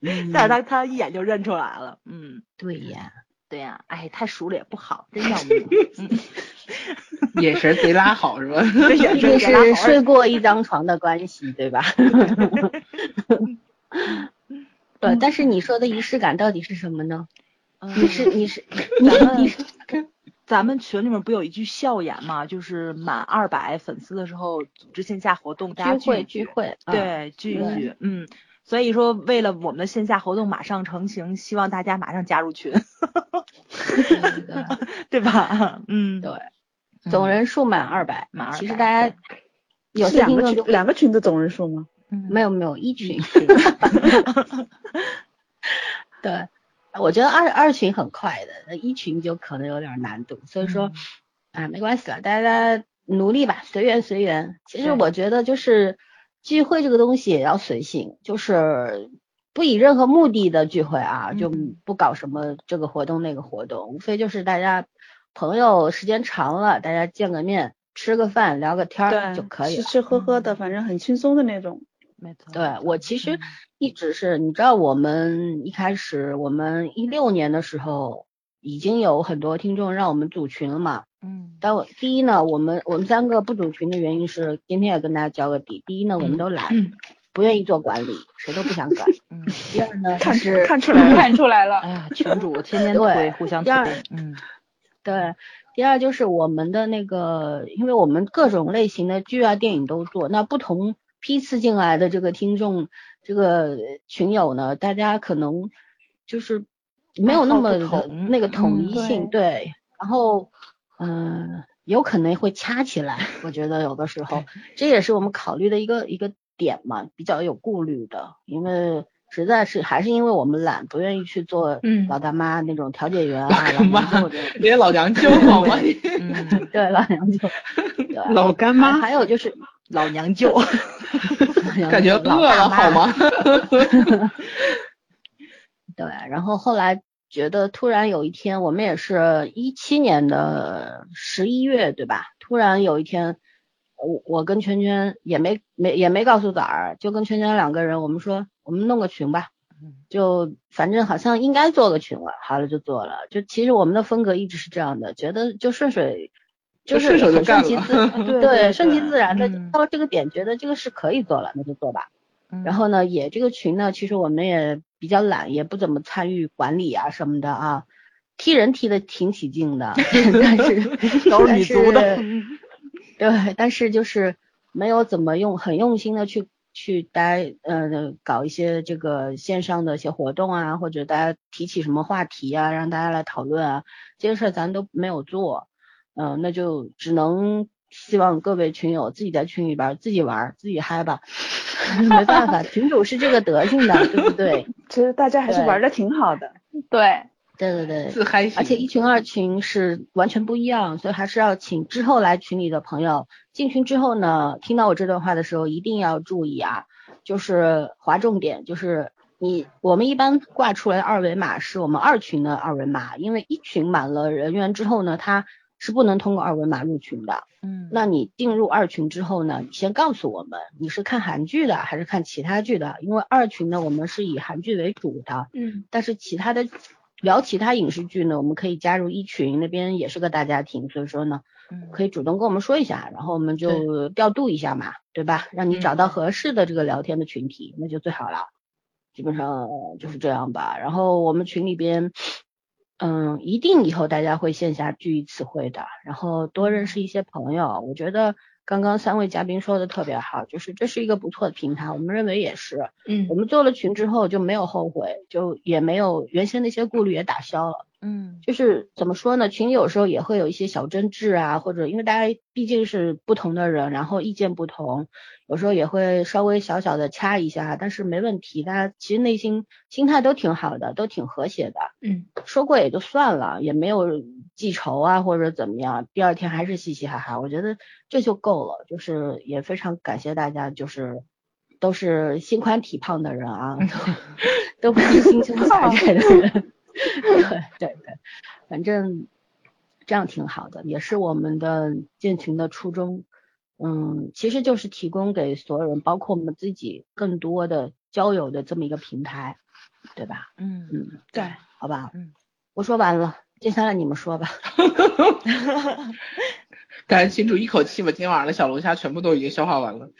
嗯但是他他一眼就认出来了。嗯，对呀，对呀、哎，太熟了也不好，真要 (laughs) 命。嗯，眼神贼拉好是吧？这 (laughs) 眼这个神给拉是好了睡过一张床的关系，对吧？ (laughs) 对，但是你说的仪式感到底是什么呢？嗯你是你是你 (laughs) 你是咱们群里面不有一句笑言嘛，就是满二百粉丝的时候组织线下活动，大家聚会聚一聚聚会，啊，对，聚一对聚，嗯。所以说，为了我们的线下活动马上成型，希望大家马上加入群， (laughs) 对对对。对吧？ (laughs) 嗯，对总人数满二百、满其实200大家有是些两听个众群就两个群的总人数吗？嗯没有没有一群， (laughs) 对，我觉得二二群很快的，那一群就可能有点难度，所以说嗯啊、没关系了，大家努力吧，随缘随缘。其实对我觉得就是聚会这个东西也要随性，就是不以任何目的的聚会啊，就嗯不搞什么这个活动那个活动，无非就是大家朋友时间长了，大家见个面。吃个饭，聊个天儿就可以啊吃了。吃喝喝的，反正很轻松的那种。嗯没错。对我其实嗯一直是，你知道我们一开始，我们一六年的时候已经有很多听众让我们组群了嘛。嗯， (laughs) 但我第一呢，我们我们三个不组群的原因是，今天也跟大家交个底。第一呢，我们都懒，不愿意做管理，谁都不想管。嗯第二呢，看是看出来了，看出来了，嗯哎呀，群主天天对推，互相第推二，嗯对，第二就是我们的那个，因为我们各种类型的剧啊、电影都做，那不同批次进来的这个听众、这个群友呢，大家可能就是没有那爱好么的不同那个统嗯一性，对，然后嗯、呃有可能会掐起来，我觉得有的时候这也是我们考虑的一个一个点嘛，比较有顾虑的，因为。实在是还是因为我们懒，不愿意去做嗯老大妈那种调解员啊、大老娘妈舅这种 (laughs) 连老娘舅好吗？ (laughs) 嗯，对，老娘舅。对老干还妈，还有就是，老娘 (laughs) 舅，感感觉饿了好？吗？对，然后后来觉得突然有一天，我们也是一七年的十一月，对吧？突然有一天，我我跟圈圈也没没也没告诉崽儿，就跟圈圈两个人，我们说我们弄个群吧嗯，就反正好像应该做个群了，好了就做了。就其实我们的风格一直是这样的，觉得就顺水。就是顺手就很顺干其了自然， (laughs) 对对，顺其自然的嗯到了这个点，觉得这个是可以做了，那就做吧。然后呢，也这个群呢，其实我们也比较懒，也不怎么参与管理啊什么的啊。踢人踢的挺起劲的，但是都是女足的但是对，但是就是没有怎么用很用心的去去待呃搞一些这个线上的一些活动啊，或者大家提起什么话题啊，让大家来讨论啊，这些事儿咱都没有做，嗯、那就只能希望各位群友自己在群里边儿自己玩儿自己嗨吧， (laughs) 没办法，群主是这个德行的，对不对？ (laughs) 其实大家还是对玩的挺好的。 (laughs) 对，对对对，自嗨而且嗯型一群二群是完全不一样，所以还是要请之后来群里的朋友进群之后呢，听到我这段话的时候一定要注意啊，就是划重点，就是你我们一般挂出来的二维码是我们二群的二维码，因为一群满了人员之后呢，它是不能通过二维码入群的。嗯，那你进入二群之后呢，你先告诉我们你是看韩剧的还是看其他剧的，因为二群呢我们是以韩剧为主的，嗯，但是其他的聊其他影视剧呢，我们可以加入一群，那边也是个大家庭，所以说呢，嗯可以主动跟我们说一下，然后我们就调度一下嘛，对吧？让你找到合适的这个聊天的群体，那就最好了。基本上就是这样吧。然后我们群里边，嗯，一定以后大家会线下聚一次会的，然后多认识一些朋友。我觉得刚刚三位嘉宾说的特别好，就是这是一个不错的平台，我们认为也是。嗯我们做了群之后就没有后悔，就也没有原先那些顾虑也打消了。嗯就是怎么说呢，群里有时候也会有一些小争执啊，或者因为大家毕竟是不同的人，然后意见不同，有时候也会稍微小小的掐一下，但是没问题，大家其实内心心态都挺好的，都挺和谐的，嗯，说过也就算了，也没有记仇啊或者怎么样，第二天还是嘻嘻哈哈，我觉得这就够了，就是也非常感谢大家，就是。都是心宽体胖的人啊，都不是心胸狭窄的人。对对对，反正这样挺好的，也是我们的建群的初衷。嗯，其实就是提供给所有人，包括我们自己，更多的交友的这么一个平台，对吧？嗯嗯，对，好吧，嗯，我说完了，接下来你们说吧。 (laughs) 感觉群主一口气把今天晚上的小龙虾全部都已经消化完了。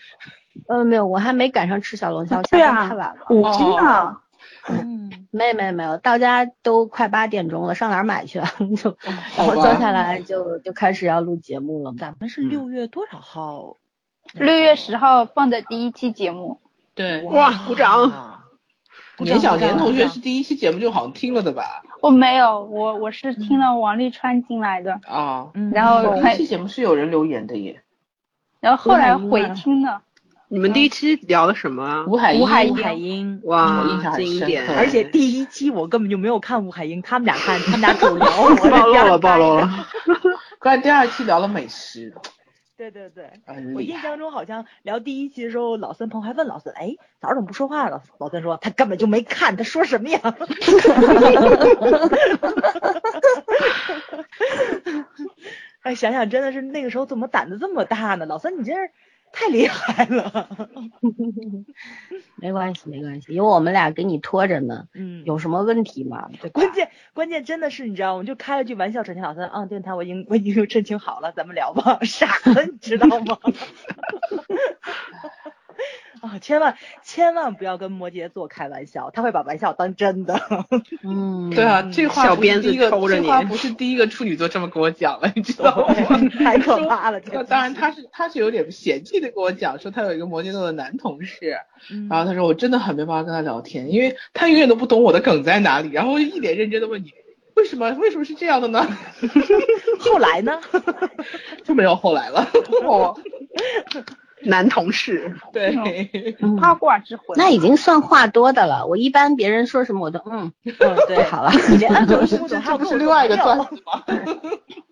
呃，没有，我还没赶上吃小龙虾，我下对班啊太晚了。哦五斤啊，嗯没没没有，到家都快八点钟了，上哪儿买去啊？ (laughs) 就然后坐下来就就开始要录节目了嘛。咱们是嗯六月多少号？六月十号放的第一期节目，对，哇鼓掌！鼓年掌小年鼓掌同学鼓掌是第一期节目就好像听了的吧？我哦没有，我我是听了王沥川进来的，啊，嗯，然后第一期节目是有人留言的耶，然后后来我很意回外听了，你们第一期聊的什么啊？吴海吴海吴英英海英，哇我印象，很经深典！刻而且第一期我根本就没有看吴海英，他们俩看，他们俩主聊， (laughs) 我在暴边 (laughs) 儿露了，暴露待着。 (laughs) 了。关于第二期聊了美食，对对对，很我厉印害。象中好像聊第一期的时候，老三鹏还问老三，哎，早上怎么不说话了？老三说他根本就没看，他说什么呀？ (laughs) 哎，想想真的是那个时候怎么胆子这么大呢？老三，你真是太厉害了。没关系，没关系，有我们俩给你拖着呢，嗯有什么问题吗？对吧关键关键真的是你知道，我们就开了句玩笑，陈天老三，啊，电台我已经我已经申请好了，咱们聊吧，傻子，你知道吗？ (laughs) 啊，千万千万不要跟摩羯座开玩笑，他会把玩笑当真 (laughs) 的。嗯，对啊，这话小不是鞭子第一个，抽着这你话不是第一个处女座这么跟我讲了，你知道吗？太可怕了，那天！ (laughs) 呃当然，他是他是有点嫌弃的跟我讲说，他有一个摩羯座的男同事，嗯然后他说我真的很没办法跟他聊天，因为他永远都不懂我的梗在哪里，然后一脸认真的问你为什么为什么是这样的呢？ (laughs) 后来呢？就没有后来了。哦，啊男同事， (laughs) 对， (laughs) 嗯八卦之魂，那已经算话多的了。我一般别人说什么我都嗯，嗯，就对，好了。 (laughs) 你连安这徒不生 (laughs) 都是还这要不跟是我另外一个说段要子吗？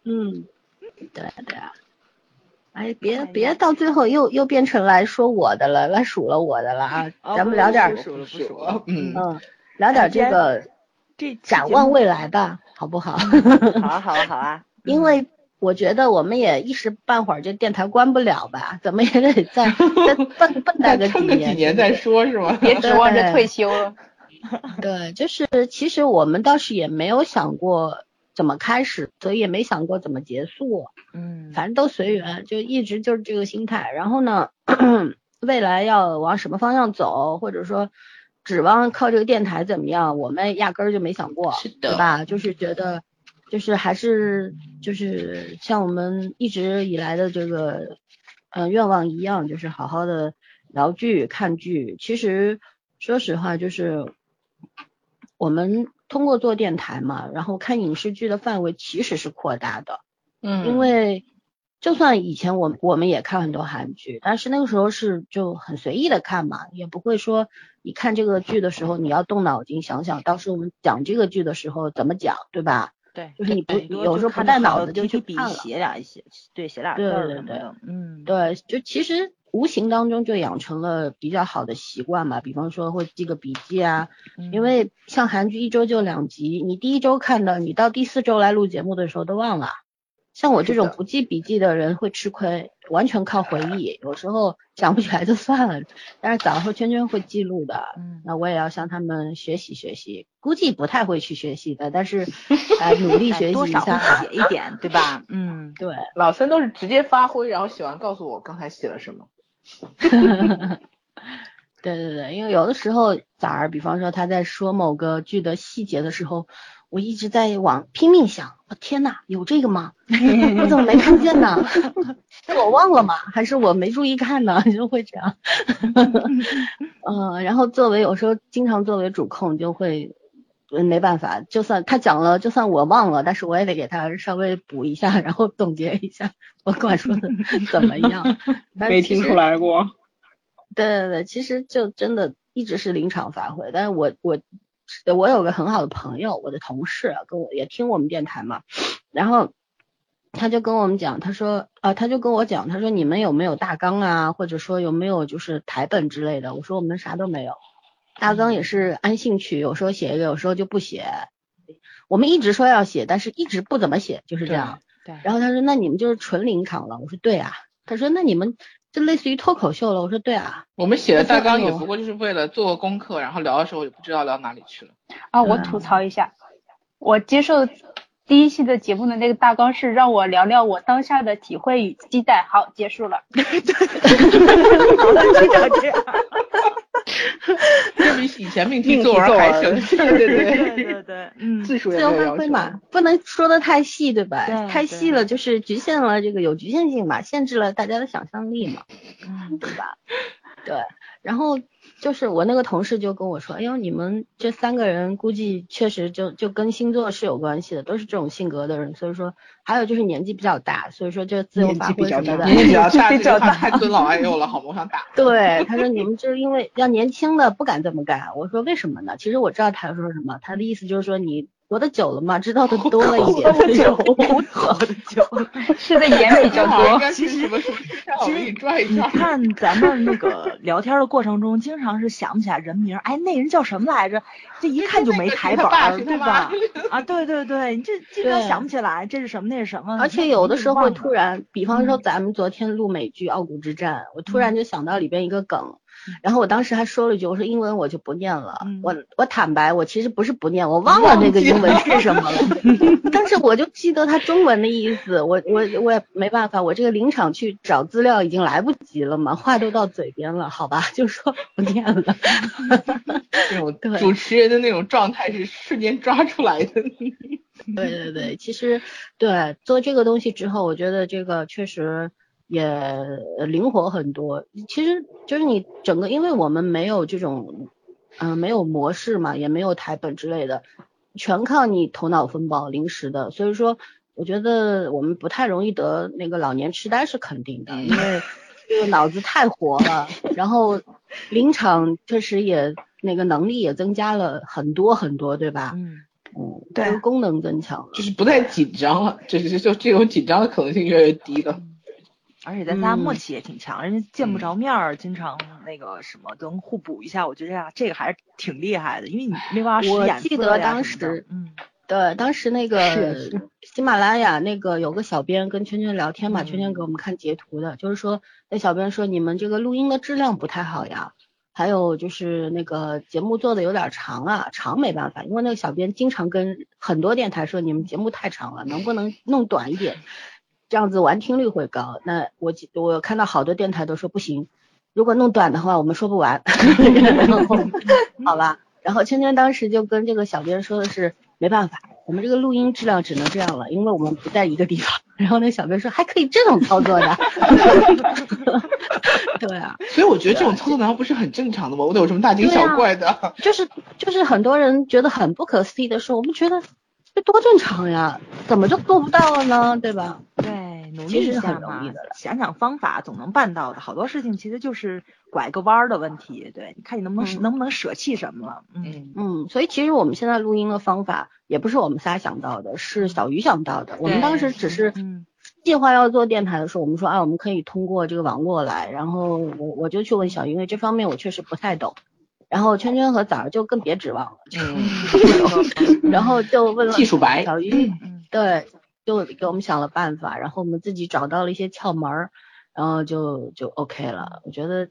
嗯，对啊对啊。哎，别哎呀别到最后又又变成来说我的了，来数落我的了啊！哦咱们不聊点不儿数了，不不数数了了。嗯嗯，聊点儿这个这期展节望目未来吧，好不好？ (laughs) 好啊，好啊，好啊。因为我觉得我们也一时半会儿这电台关不了吧，怎么也得再再蹦蹦跶再个撑个几年再对说，是吗？别指望着退休了，不对，对就是其实我们倒是也没有想过怎么开始，所以也没想过怎么结束，嗯反正都随缘，就一直就是这个心态。然后呢， (clears throat) 未来要往什么方向走，或者说指望靠这个电台怎么样，我们压根儿就没想过，是对吧？就是觉得就是还是就是像我们一直以来的这个呃愿望一样，就是好好的聊剧、看剧。其实说实话，就是我们通过做电台嘛，然后看影视剧的范围其实是扩大的，嗯，因为就算以前我我们也看很多韩剧，但是那个时候是就很随意的看嘛，也不会说你看这个剧的时候你要动脑筋想想，到时候我们讲这个剧的时候怎么讲，对吧？对，就是你不很多有就时候不看带好脑子的就 PPT 去比看了。写俩写，对，写俩字对儿对什么对的，嗯，对，就其实无形当中就养成了比较好的习惯嘛，比方说会记个笔记啊，嗯因为像韩剧一周就两集，你第一周看的，你到第四周来录节目的时候都忘了。像我这种不记笔记的人会吃亏，完全靠回忆，有时候想不起来就算了。但是早说圈圈会记录的，嗯那我也要向他们学习学习，估计不太会去学习的，但是呃努 (laughs) 力哎学习多一少下。啊会写一点，对 (laughs) 吧？嗯，对， (laughs) 老三都是直接发挥，然后写完告诉我刚才写了什么。对对对，因为有的时候崽儿，比方说他在说某个剧的细节的时候，我一直在往拼命想，我、天呐，有这个吗？ (laughs) 我怎么没看见呢？ (laughs) 是我忘了吗？还是我没注意看呢？ (laughs) 就会这样。嗯，然后作为有时候经常作为主控，就会嗯没办法，就算他讲了，就算我忘了，但是我也得给他稍微补一下，然后总结一下我管说的怎么 (laughs) 样。但没其听实出来过。对对对，其实就真的一直是临场发挥。但是我我我有个很好的朋友，我的同事啊跟我也听我们电台嘛，然后他就跟我们讲，他说啊，他就跟我讲，他说你们有没有大纲啊，或者说有没有就是台本之类的？我说我们啥都没有，大纲也是按兴趣，有时候写一个，有时候就不写。我们一直说要写，但是一直不怎么写，就是这样。对，然后他说：“那你们就是纯临场了。”我说：“对啊。”他说：“那你们就类似于脱口秀了。”我说：“对啊。我们写的大纲也哎呦不过就是为了做个功课，然后聊的时候也不知道聊哪里去了。啊，我对啊吐槽一下，我接受第一期的节目的那个大纲是让我聊聊我当下的体会与期待。好，结束了。这比以前命命题题作文作还省文事 (laughs) 儿。对对 (laughs) 对对，嗯，字数也自没有由发要挥求。嘛，不能说的太细，对吧？对太细了就是局限了这个有局限性嘛，限制了大家的想象力嘛，嗯对吧？对。然后就是我那个同事就跟我说：“哎呦，你们这三个人估计确实就就跟星座是有关系的，都是这种性格的人。所以说，还有就是年纪比较大，所以说这自由年纪发比挥较什么大的，年纪比 (laughs) 较大，比这较句话大太尊老爱幼了，好吗？我想打。对，他说你们就是因为要年轻的不敢这么干。我说为什么呢？其实我知道他说什么，他的意思就是说你活得久了嘛，知道的多了一点。吃的盐比较 (laughs) 正好应多。该 (laughs) 去什么什么市场，我给你转一你圈儿。看咱们那个聊天的过程中，经常是想不起来人名儿，哎，那人叫什么来着？这一看就没台本儿，就对跟那个吧？啊，对对对，你这经常想不起来这是什么，那是什么，而且有的时候会突然，然，比方说嗯咱们昨天录美剧《傲骨之战》，我突然就想到里边一个梗，然后我当时还说了一句，我说英文我就不念了，嗯我我坦白，我其实不是不念，我忘了那个英文是什 (laughs) 么了，但是我就记得它中文的意思，我我我也没办法，我这个临场去找资料已经来不及了嘛，话都到嘴边了，好吧，就说不念了。这种 (laughs) 对主持人的那种状态是瞬间抓出来的。对对对，其实对做这个东西之后，我觉得这个确实也呃灵活很多。其实就是你整个，因为我们没有这种，嗯、没有模式嘛，也没有台本之类的，全靠你头脑风暴临时的。所以说，我觉得我们不太容易得那个老年痴呆是肯定的，因为这个脑子太活了，然后临场确实也那个能力也增加了很多很多，对吧？嗯，嗯，对就是功能增强了。 (laughs) 就是不太紧张了，就是就这种紧张的可 (laughs) 能性越来越低了。而且咱仨嗯默契也挺强，人家见不着面儿，经常那个什么能互补一下，我觉得呀，这个还是挺厉害的，因为你没办法使我眼记色得呀当什么的时嗯，对，当时那个是是喜马拉雅那个有个小编跟圈圈聊天嘛，嗯圈圈给我们看截图的，就是说那小编说你们这个录音的质量不太好呀，还有就是那个节目做的有点长啊，长没办法，因为那个小编经常跟很多电台说你们节目太长了，能不能弄短一点，这样子完听率会高。那我记我看到好多电台都说不行，如果弄短的话我们说不完，然后好吧，然后圈圈当时就跟这个小编说的是没办法，我们这个录音质量只能这样了，因为我们不在一个地方。然后那小编说还可以这种操作的， (laughs) 对啊，所以我觉得这种操作难道不是很正常的吗？我得有什么大惊小怪的？就是就是很多人觉得很不可思议的是，我们觉得这多正常呀，怎么就做不到了呢？对吧？对，努其力实一是很下容嘛易的了，想想方法总能办到的。好多事情其实就是拐个弯儿的问题，对，你看你能不能、嗯能不能舍弃什么了？嗯，嗯，所以其实我们现在录音的方法也不是我们仨想到的，是小鱼想到的。我们当时只是嗯计划要做电台的时候，我们说啊，我们可以通过这个网络来。然后我我就去问小鱼，因为这方面我确实不太懂。然后圈圈和枣儿就更别指望了。嗯 (laughs) 嗯然后就 (laughs) 问了技术白啊小鱼嗯，对，就给我们想了办法，然后我们自己找到了一些窍门儿，然后就就 OK 了。我觉得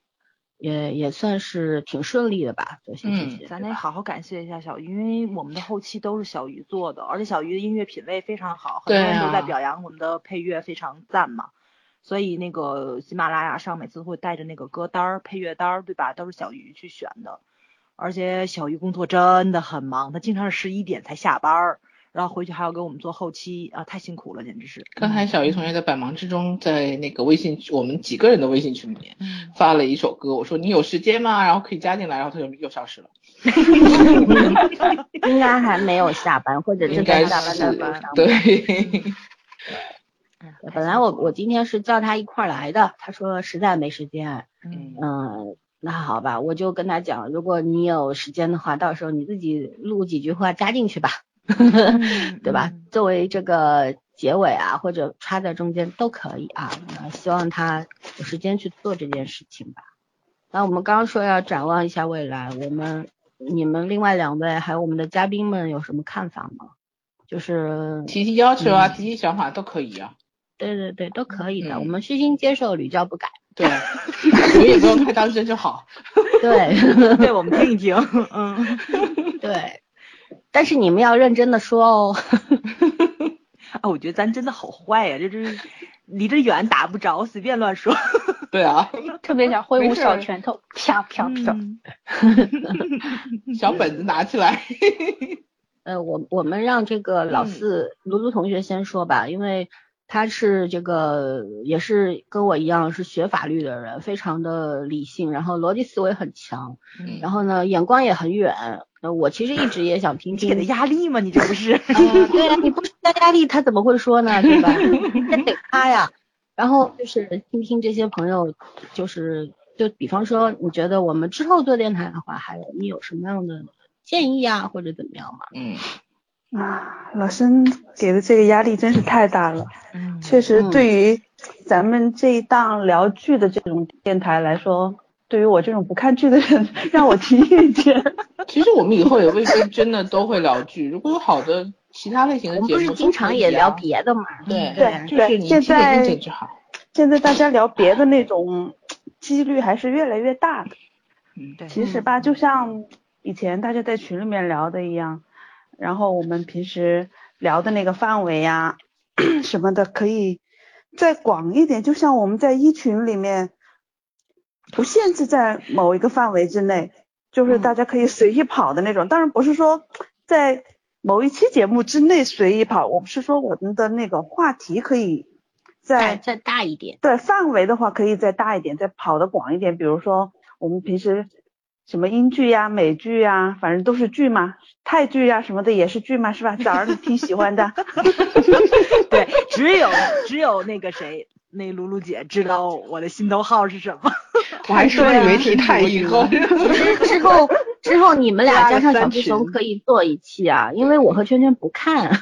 也也算是挺顺利的吧，就行行嗯行，咱得好好感谢一下小鱼，因为我们的后期都是小鱼做的，而且小鱼的音乐品味非常好，很多对人都在啊表扬我们的配乐非常赞嘛。所以那个喜马拉雅上每次会带着那个歌单儿、配乐单儿，对吧？都是小鱼去选的。而且小鱼工作真的很忙，他经常是十一点才下班儿，然后回去还要给我们做后期啊，太辛苦了，简直是。刚才小鱼同学在百忙之中，在那个微信我们几个人的微信群里面嗯，发了一首歌，我说你有时间吗？然后可以加进来，然后他就又消失了。应该还没有下班，或者应正该在是下班的路上。，对， (laughs) 对本来我我今天是叫他一块儿来的，他说实在没时间，嗯嗯，那好吧，我就跟他讲，如果你有时间的话，到时候你自己录几句话加进去吧，对吧？嗯作为这个结尾啊，或者插在中间都可以啊。那希望他有时间去做这件事情吧。那我们刚刚说要展望一下未来，我们你们另外两位还有我们的嘉宾们有什么看法吗？就是提提要求啊，嗯提提想法都可以啊。对对对，都可以的，嗯我们虚心接受，屡教不改。对，啊我们也不用太当真就好。对 (laughs) 对，我们听一听，嗯，对，但是你们要认真的说哦。啊，我觉得咱真的好坏呀、这真是离着远打不着，随便乱说。对啊，特别想挥没舞事小儿拳头，啪啪啪。嗯小本子拿起来。呃，我我们让这个老嗯四卢卢同学先说吧，因为他是这个也是跟我一样是学法律的人，非常的理性，然后逻辑思维很强，嗯然后呢眼光也很远。呃，我其实一直也想听你给他听。压力吗？你这不是？嗯对呀、你不施加压力，他怎么会说呢？对吧？那得他呀。然后就是听听这些朋友，就是就比方说，你觉得我们之后做电台的话，还有你有什么样的建议啊，或者怎么样吗？ (laughs) 嗯，啊，老申给的这个压力真是太大了。确实嗯，对于咱们这一档聊剧的这种电台来说，对于我这种不看剧的人， (laughs) 让我提意见。其实我们以后也未必真的都会聊剧，如果有好的其他类型的我节们目，不是经常也聊比别的嘛？啊对对就是你现听得在进去就好。现在大家聊别的那种几率还是越来越大的。嗯对其实吧，就像以前大家在群里面聊的一样，然后我们平时聊的那个范围呀、什么的，可以再广一点。就像我们在一群里面，不限制在某一个范围之内，就是大家可以随意跑的那种。当然不是说在某一期节目之内随意跑，我不是说我们的那个话题可以再在再大一点，对范围的话，可以再大一点，再跑得广一点。比如说我们平时什么英剧呀、美剧呀，反正都是剧嘛，泰剧呀什么的也是剧嘛，是吧？早儿你挺喜欢的， (laughs) 对，只有只有那个谁，那露露姐知道我的心头号是什么。我还说啊你没提太我以医后呢，其 (laughs) 实之后之后你们俩拉加个上小三屁熊群可以做一期啊，因为我和圈圈不看，啊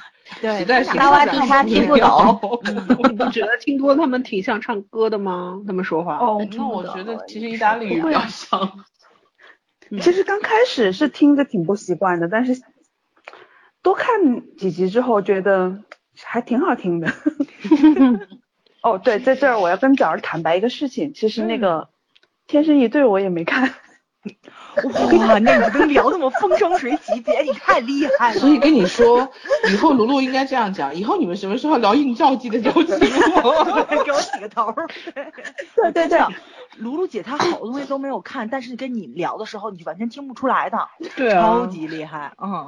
实在是达瓦迪他听不懂， (laughs) 嗯你不觉得听多他们挺像唱歌的吗？他们说话。哦听那不我懂啊觉得其实意大利语比较像，其实刚开始是听着挺不习惯的，但是多看几集之后觉得还挺好听的。 (laughs) 哦，对，在这儿我要跟早儿坦白一个事情，其实那个《天生一对》我也没看， (laughs) (laughs) 哇，那你能聊那么风生水起，姐你太厉害了。所 (laughs) 以跟你说， (laughs) 以后卢露应该这样讲，以后你们什么时候聊应召机的邀请我？给我起个头儿。 (laughs) 对对对， (laughs) 露露姐她好多东西都没有啊看，但是跟你聊的时候，你就完全听不出来的，对 (laughs) 啊超级厉害。嗯，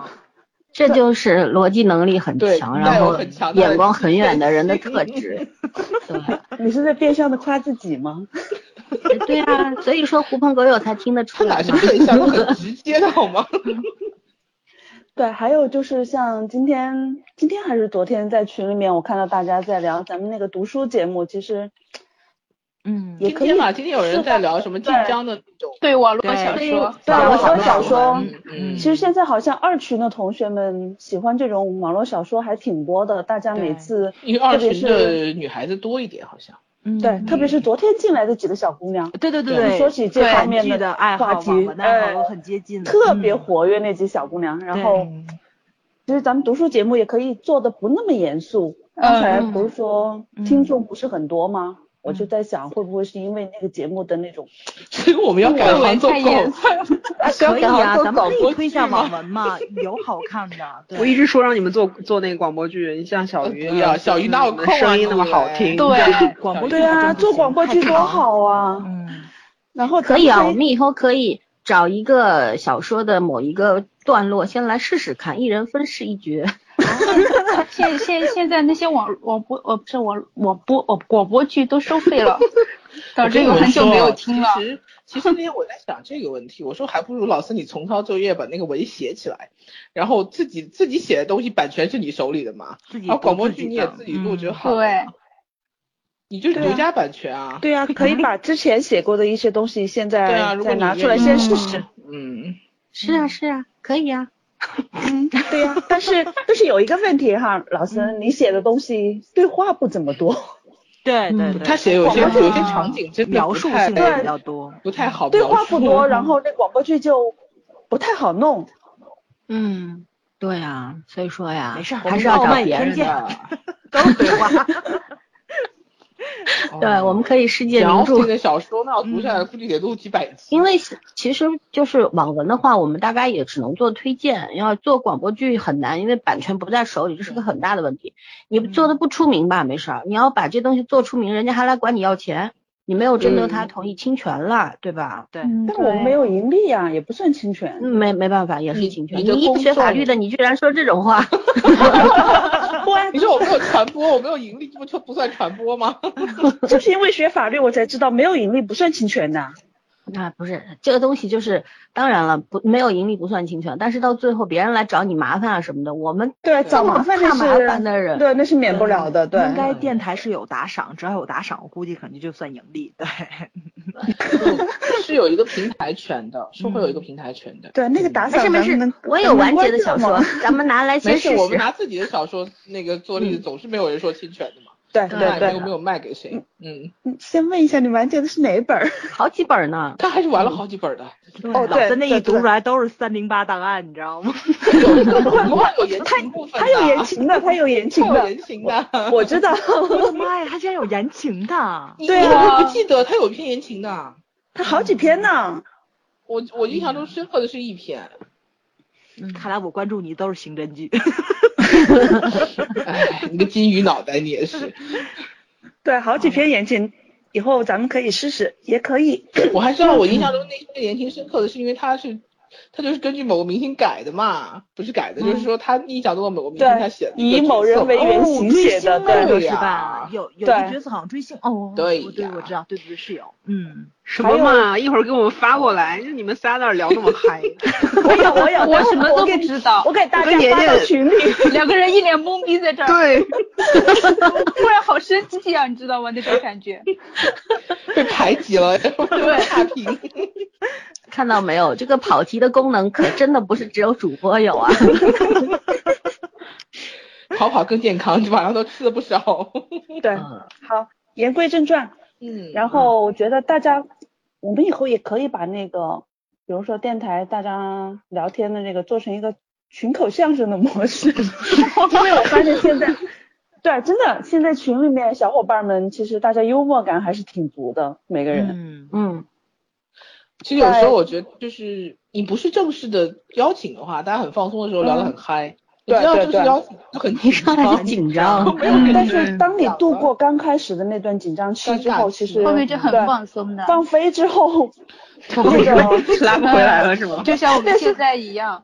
这就是逻辑能力很对强，带然有后很强大的眼光很批判远的人的性特 (laughs) 质。对，你是在变相的夸自己吗？对啊，所以说狐朋狗友才听得出他哪来是嘛。变相，他很直接的 (laughs) 好吗？对，还有就是像今天，今天还是昨天在群里面，我看到大家在聊咱们那个读书节目，其实嗯，也今可以天吧，今天有人在聊什么晋江的那种，对网络对小说，对网络网小络小说说。嗯嗯其实现在好像二群的同学们喜欢这种网络小说还挺多的，大家每对次因为二特别群是的女孩子多一点，好像。 (laughs) 嗯对，特别是昨天进来的几个小姑娘，对对对对说起这对方韩面剧的爱话好题网文，的爱好呃很接近的特别嗯活跃那几小姑娘。然对后，其实咱们读书节目也可以做的不那么严肃。刚才不是说听众不是很多吗？我就在想，会不会是因为那个节目的那种所以我们要改行做太严 (laughs) 口，可以啊，做咱们广可以播推剧下吗网文嘛，有好看 (laughs) 的。对我一直说让你们做做那个广播剧，你像小鱼呃不要小鱼哪有嗯空啊声音那么你以为好听，对广播剧对啊，真不做行广播太剧多长好啊！嗯，然后可以咱啊，们我们以后可以找一个小说的某一个段落，先来试试看，一人分饰一角。 (laughs) 现现现在那些网网播呃不是网网播呃广播剧都收费 (laughs) 了，导致这有个很久没有听了。啊其实其实那天我在想这个问题，我说还不如老师你重操旧业把那个文写起来，然后自己自己写的东西版权是你手里的嘛，自己然后广播读自剧己你也的自己录就嗯好了对呀，，你就是独家版权啊。对啊，可以把之前写过的一些东西，现对啊，在如果再你拿愿出来意先的试话试。。嗯，是啊，是啊，可以啊。对呀、但是但是有一个问题哈， (laughs) 老师，你写的东西对话不怎么多。对对不对，他写有些广播有剧些场景真的嗯描不述太性的对比较多。不太好对描话不述多，然后那广播剧就不太好弄。嗯，对啊，所以说呀，没事儿还是要我们找傲慢别人偏见的。都是对话，对，我们可以世界然名后这著。个小说那要读下来，估计得录几百集。因为其实就是网文的话，我们大概也只能做推荐，要做广播剧很难，因为版权不在手里，这是个很大的问题。你做的不出名吧，没事儿，你要把这东西做出名，人家还来管你要钱，你没有征得他同意，侵权了，对吧？对嗯，但我们没有盈利呀、也不算侵权。 (laughs) 嗯没没办法，也是你侵权。你你的一个工学法作律的，你居然说这种话，你说我没有传播，我没有盈利，这不就不算传播吗？就是因为学法律，我才知道没有盈利不算侵权的。那不是这个东西，就是当然了，不没有盈利不算侵权，但是到最后别人来找你麻烦啊什么的，我们对，找麻烦那怕是麻烦的人，对，那是免不了的。对，应该电台是有打赏，只要有打赏，我估计肯定就算盈利。对， (laughs) 是有一个平台权的，是会有一个平台权的。对那个打没事赏没咱们事能，，我有完结的小咱们说关，咱们拿 (laughs) 来没先事试，我们试。拿自己的小说那个做例子，总是没有人说侵权的嘛。对对那对又对没有卖给谁？嗯，嗯。先问一下，你完结的是哪一本儿？好几本呢，他还是玩了好几本 (laughs) 的。哦老对孙那对一读对出来都是三零八档案，你知道吗？我们还有言情部分的，它有言情的，它有言情还有的，言情的。我知道。 (laughs) 我的妈呀，他竟然有言情的！你对你啊怎么会不记得他有篇言情的？嗯它好几篇呢。我我印象中深刻的是一篇，看来我关注你都是刑侦剧。哎，你个金鱼脑袋，你也是。对，好几篇言情，以后咱们可以试试，也可以。我还知道，我印象中那篇言情深刻的是因为他是，他就是根据某个明星改的嘛，不是改的，就是说他印象中的某个明星嗯对他写的一个以某角色人为嘛原型写的，哦追星对那对个是呀吧？有有的对角色好像追星哦，对我对呀我知道，对对对是有，嗯，什么嘛？一会儿给我们发过来，就你们仨那聊那么嗨，我有我有，我什么都我给不知道我，给大我家跟发妍到妍群里。两个人一脸懵逼在这儿，对，突然好生气啊，你知道吗？那种感觉。被排挤 (laughs) 了， (laughs) 对，差评。看到没有？这个跑题的功能 (laughs) 可真的不是只有主播有啊。跑跑更健康，晚上都吃了不少。 (laughs) 对，嗯好，言归正传。嗯，然后我觉得大家，我们以后也可以把那个，比如说电台大家聊天的那个，做成一个群口相声的模式， (laughs) 因为我发现现在，对，真的现在群里面小伙伴们其实大家幽默感还是挺足的，每个人。嗯，嗯，其实有时候我觉得，就是你不是正式的邀请的话，大家很放松的时候聊得很嗨。你对知道对正式对邀请就很一紧上来就张，紧张，没有人但知是当你度过刚开始的那段紧张期之后，尴尬期其实后面就很对放松的，放飞之后，拉不回来了是吗？就像我们现在一样。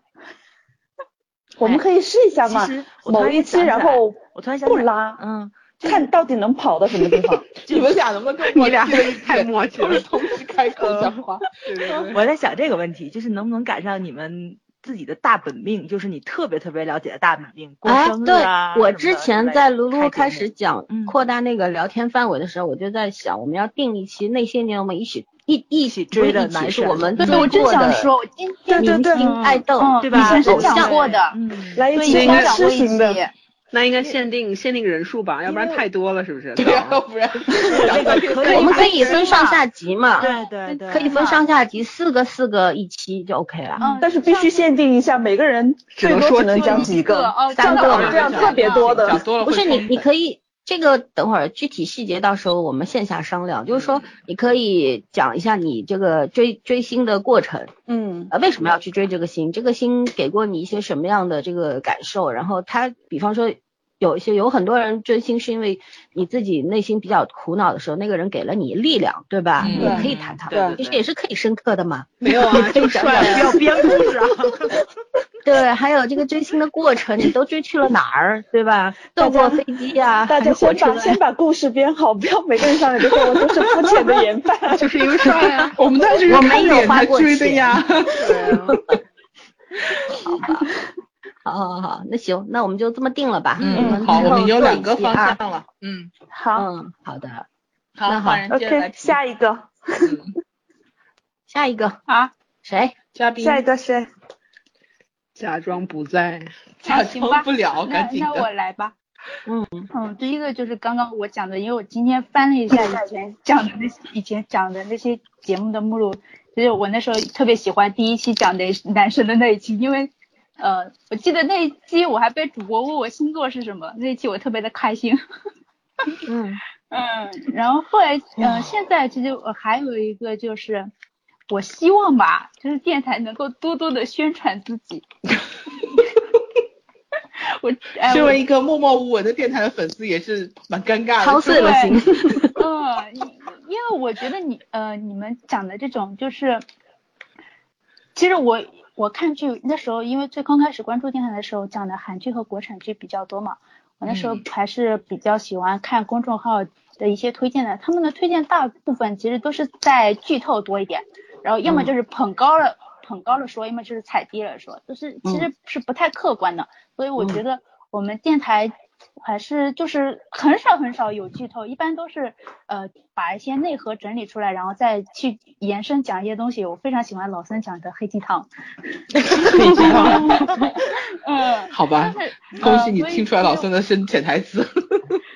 我们可以试一下嘛其实，我突某然一期想起来然后我突然想起不来拉，嗯，看到底能跑到什么地方。 (laughs) 你们俩能不能跟你我俩记得一起 (laughs) 太默契都是了，同时开口讲话？对对 (laughs) (laughs) 对。我在想这个问题，就是能不能赶上你们自己的大本命，就是你特别特别了解的大本命，过哎生，日对啊，我什么之的前之类在的露露开节始目讲嗯扩大那个聊天范围的时候，我就在想，我们要定一期那些年我们一起一一起不是追的一起男是神我们对，追我真过想的说，我今天对对明对星爱豆嗯，对吧？以前是偶讲像过的嗯，来一对，起以应前该花讲式过一型期的，，那应该限定限定人数吧，要不然太多了，是不是？对啊，要 (laughs) 不然那个可以我 (laughs) 们可把以分上下集嘛，对对对，可以分上下集，四个四个一期就 OK 了。嗯，但是必须限定一下，每个人只最能多说只能几讲个 (laughs) 几个，哦，三真的个哦嘛这样特别多的讲多了不会是疯你，的你可以这个等会儿具体细节到时候我们线下商量，就是嗯说你可以讲一下你这个追追星的过程，嗯，呃，为什么要去追这个星？这个星给过你一些什么样的这个感受？然后他，比方说有一些有很多人追星是因为你自己内心比较苦恼的时候，那个人给了你力量，对吧？嗯也可以谈谈，对对其实对也是可以深刻的嘛。没 (laughs) 有啊，就帅啊，不要编故事啊。对，还有这个追星的过程，你都追去了哪儿，对吧？坐过飞机呀、大家还是火先车把先把故事编好，不要每个人上来就说我都是肤浅的研判。就是因为 (laughs) 帅啊，我们当时我是没看有脸花才过追的钱呀。好好好，那行，那我们就这么定了吧。嗯，们好，之我们后有做两一个期方啊向了。嗯，好嗯，好的，那好，好换人接着来，OK，评。下一个，嗯下一个啊，谁？嘉宾下一个谁？假装不在，假行吧 (laughs) 装不了，那赶紧那我的。来吧。嗯嗯，第一个就是刚刚我讲的，因为我今天翻了一下以前讲的那些以前讲的那些节目的目录，就是我那时候特别喜欢第一期讲的男神的那一期，因为呃，我记得那一期我还被主播问我星座是什么，那一期我特别的开心。嗯，嗯，然后后来，嗯、现在其实我还有一个就是，我希望吧，就是电台能够多多的宣传自 (laughs) 己。 (laughs) 我哎，身我为一个默默无闻的电台的粉丝，也是蛮尴尬的。超就是碎了对心。 (laughs) 嗯，因因为我觉得你呃，你们讲的这种就是，其实我我看剧那时候，因为最刚开始关注电台的时候，讲的韩剧和国产剧比较多嘛，我那时候嗯还是比较喜欢看公众号的一些推荐的，他们的推荐大部分其实都是在剧透多一点，然后要么就是捧高了、捧高了说，要么就是踩低了说，就是其实是不太客观的，所以我嗯觉得我们电台还是就是很少很少有剧透，一般都是呃把一些内核整理出来，然后再去延伸讲一些东西。我非常喜欢老森讲的黑鸡汤， (laughs) 嗯，好吧，但是恭喜呃你所以听出来老所以孙的深潜台词。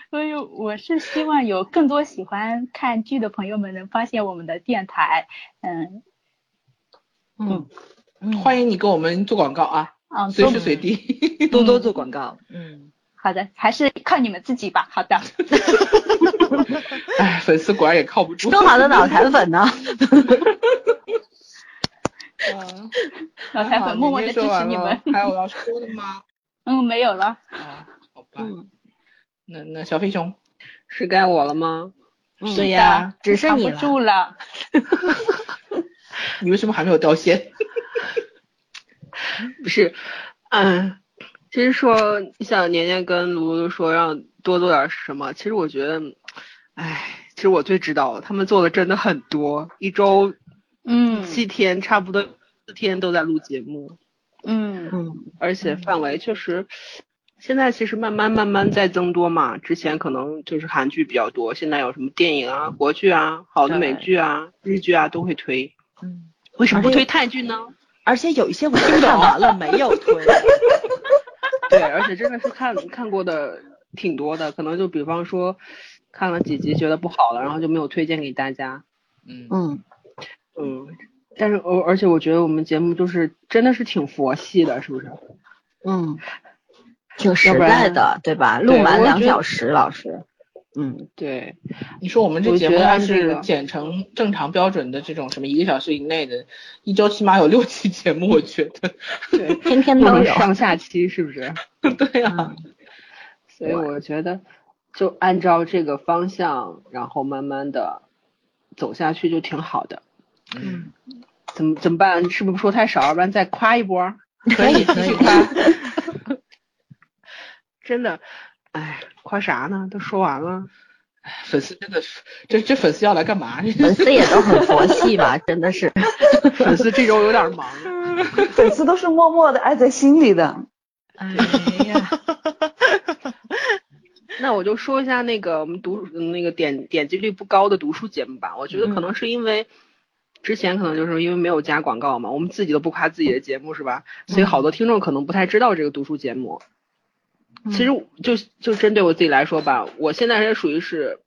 所以我是希望有更多喜欢看剧的朋友们能发现我们的电台，嗯嗯，欢迎你给我们做广告啊，嗯，随多时随地。 (laughs) 多多做广告，嗯，好的，还是靠你们自己吧。好 (laughs) 的，哎，粉丝果然也靠不住。说好的脑残 (laughs) 粉呢？嗯老彩好粉默默的您支说持完你们了。还有要说的吗？嗯，没有了。 (laughs) 啊，好吧，嗯，那那小飞熊，是该我了吗？嗯对呀，只剩扛你不了。住了，你为什么还没有掉线？不是，嗯，其实说像年年跟卢卢说让多做点什么，其实我觉得，哎，其实我最知道了，他们做的真的很多，一周嗯七天，差不多四天都在录节目，嗯嗯而且范围确实。现在其实慢慢慢慢在增多嘛，之前可能就是韩剧比较多，现在有什么电影啊、国剧啊、好的美对剧啊、日剧啊都会推。嗯，为什么不而且推泰剧呢？而且有一些我听懂完了没 (laughs) 有推， (laughs) 对，而且真的是看看过的挺多的，可能就比方说看了几集觉得不好了，然后就没有推荐给大家。嗯嗯嗯，但是而而且我觉得我们节目就是真的是挺佛系的，是不是？嗯，挺实要不在然的，对吧？对录满我两觉得小时，老师。嗯，对，你说我们这节目我觉得要按这是个剪成正常标准的这种什么一个小时以内的，一周起码有六期节目，我觉得。 (laughs) 对，天天不都能有。上下期，是不是？对呀、嗯所以我觉得就按照这个方向，然后慢慢的走下去就挺好的。嗯，怎么怎么办？是不是说太少？要不然再夸一波？可以可以夸， (laughs) 真的，哎，夸啥呢？都说完了， (laughs) 粉丝真的是，这这粉丝要来干嘛？ (laughs) 粉丝也都很佛系吧，真的是。粉丝这周有点忙。粉丝都是默默的爱在心里的。哎 (laughs) 呀，那我就说一下那个我们读嗯那个点点击率不高的读书节目吧。我觉得可能是因为之前可能就是因为没有加广告嘛，我们自己都不夸自己的节目是吧？所以好多听众可能不太知道这个读书节目。其实就就针对我自己来说吧，我现在也属于是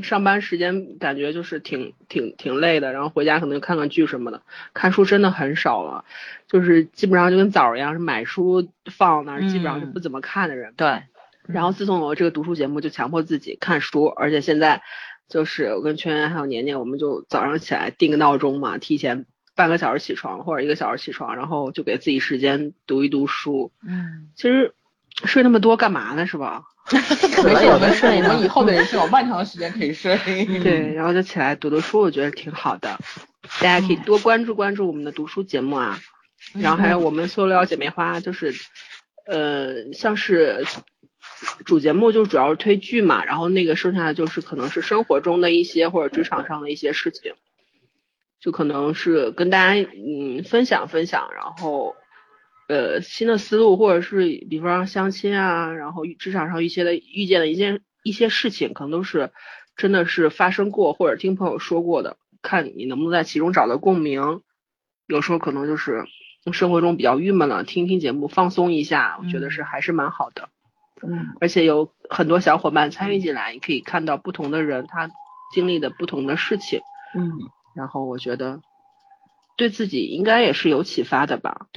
上班时间感觉就是挺挺挺累的，然后回家可能就看看剧什么的，看书真的很少了，就是基本上就跟枣儿一样，是买书放那儿，基本上是不怎么看的人。对，然后自从有了这个读书节目，就强迫自己看书，而且现在就是我跟圈圈还有年年，我们就早上起来定个闹钟嘛，提前半个小时起床或者一个小时起床，然后就给自己时间读一读书。嗯，其实睡那么多干嘛呢？是吧？没事，我们睡我呢们以后的人生有漫长的时间可以 (laughs) 睡。对，然后就起来读读书，我觉得挺好的。大家可以多关注关注我们的读书节目啊，然后还有我们塑料姐妹花，就是呃，像是主节目就主要是推剧嘛，然后那个剩下的就是可能是生活中的一些或者职场上的一些事情，就可能是跟大家嗯分享分享，然后呃新的思路，或者是比方相亲啊，然后职场上一些的遇见的一件一些事情，可能都是真的是发生过或者听朋友说过的，看你能不能在其中找到共鸣。有时候可能就是生活中比较郁闷了，听听节目放松一下，我觉得是还嗯是蛮好的。嗯，而且有很多小伙伴参与进来，你可以看到不同的人他经历的不同的事情，嗯然后我觉得对自己应该也是有启发的吧。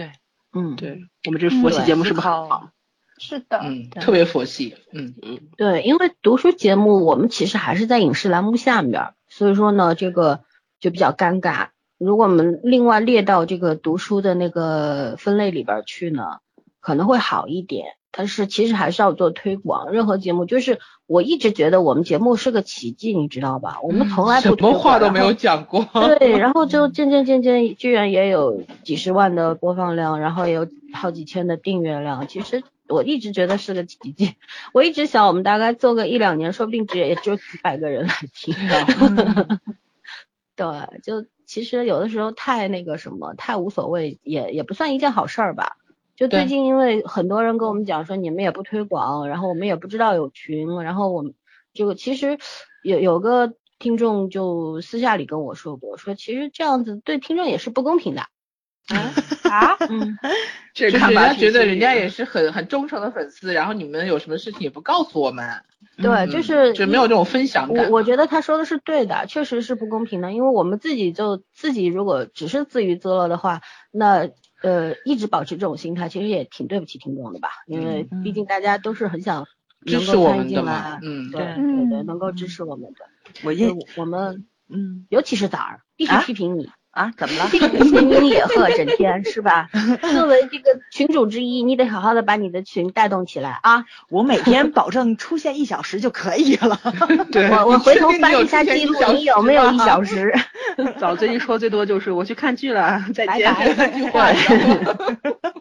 嗯，对我们这佛系节目是不嗯是很好？是的，嗯，特别佛系，嗯，对，因为读书节目我们其实还是在影视栏目下面儿，所以说呢，这个就比较尴尬。如果我们另外列到这个读书的那个分类里边儿去呢，可能会好一点。但是其实还是要做推广，任何节目就是我一直觉得我们节目是个奇迹，你知道吧？我们从来什不推么广话都然没后有讲过。对，然后就渐渐渐渐，居然也有几十万的播放量，然后也有好几千的订阅量。其实我一直觉得是个奇迹，我一直想我们大概做个一两年，说不定只也就几百个人来听。啊 (laughs) 对，就其实有的时候太那个什么，太无所谓，也也不算一件好事儿吧。就最对近因为很多人跟我们讲说你们也不推广，然后我们也不知道有群，然后我们这个其实有有个听众就私下里跟我说过，说其实这样子对听众也是不公 (laughs) 平的。啊，嗯，这就是看人法家挺觉得新人家颖也是很很忠诚的粉丝，然后你们有什么事情也不告诉我们，对，呃就嗯是就没有这种分享我感。我觉得他说的是对的，确实是不公平的，因为我们自己就自己如果只是自娱自乐的话，那呃一直保持这种心态，其实也挺对不起听众的吧，因为嗯毕竟大家都是很想支能持够我参与们的进嘛来，，啊嗯，对对对对，嗯能够支持我们的，所我以印我我们嗯尤其是崽儿，必须啊批评你，啊，怎么了？你也喝整天是吧？作为这个群主之一，你得好好的把你的群带动起来啊！我每天保证出现一小时就可以了。 (laughs) 对我我回头确定翻有一下出现记一录，小你有时没有吗一小时？早最近说最多就是我去看剧了，再拜见。拜。 (laughs)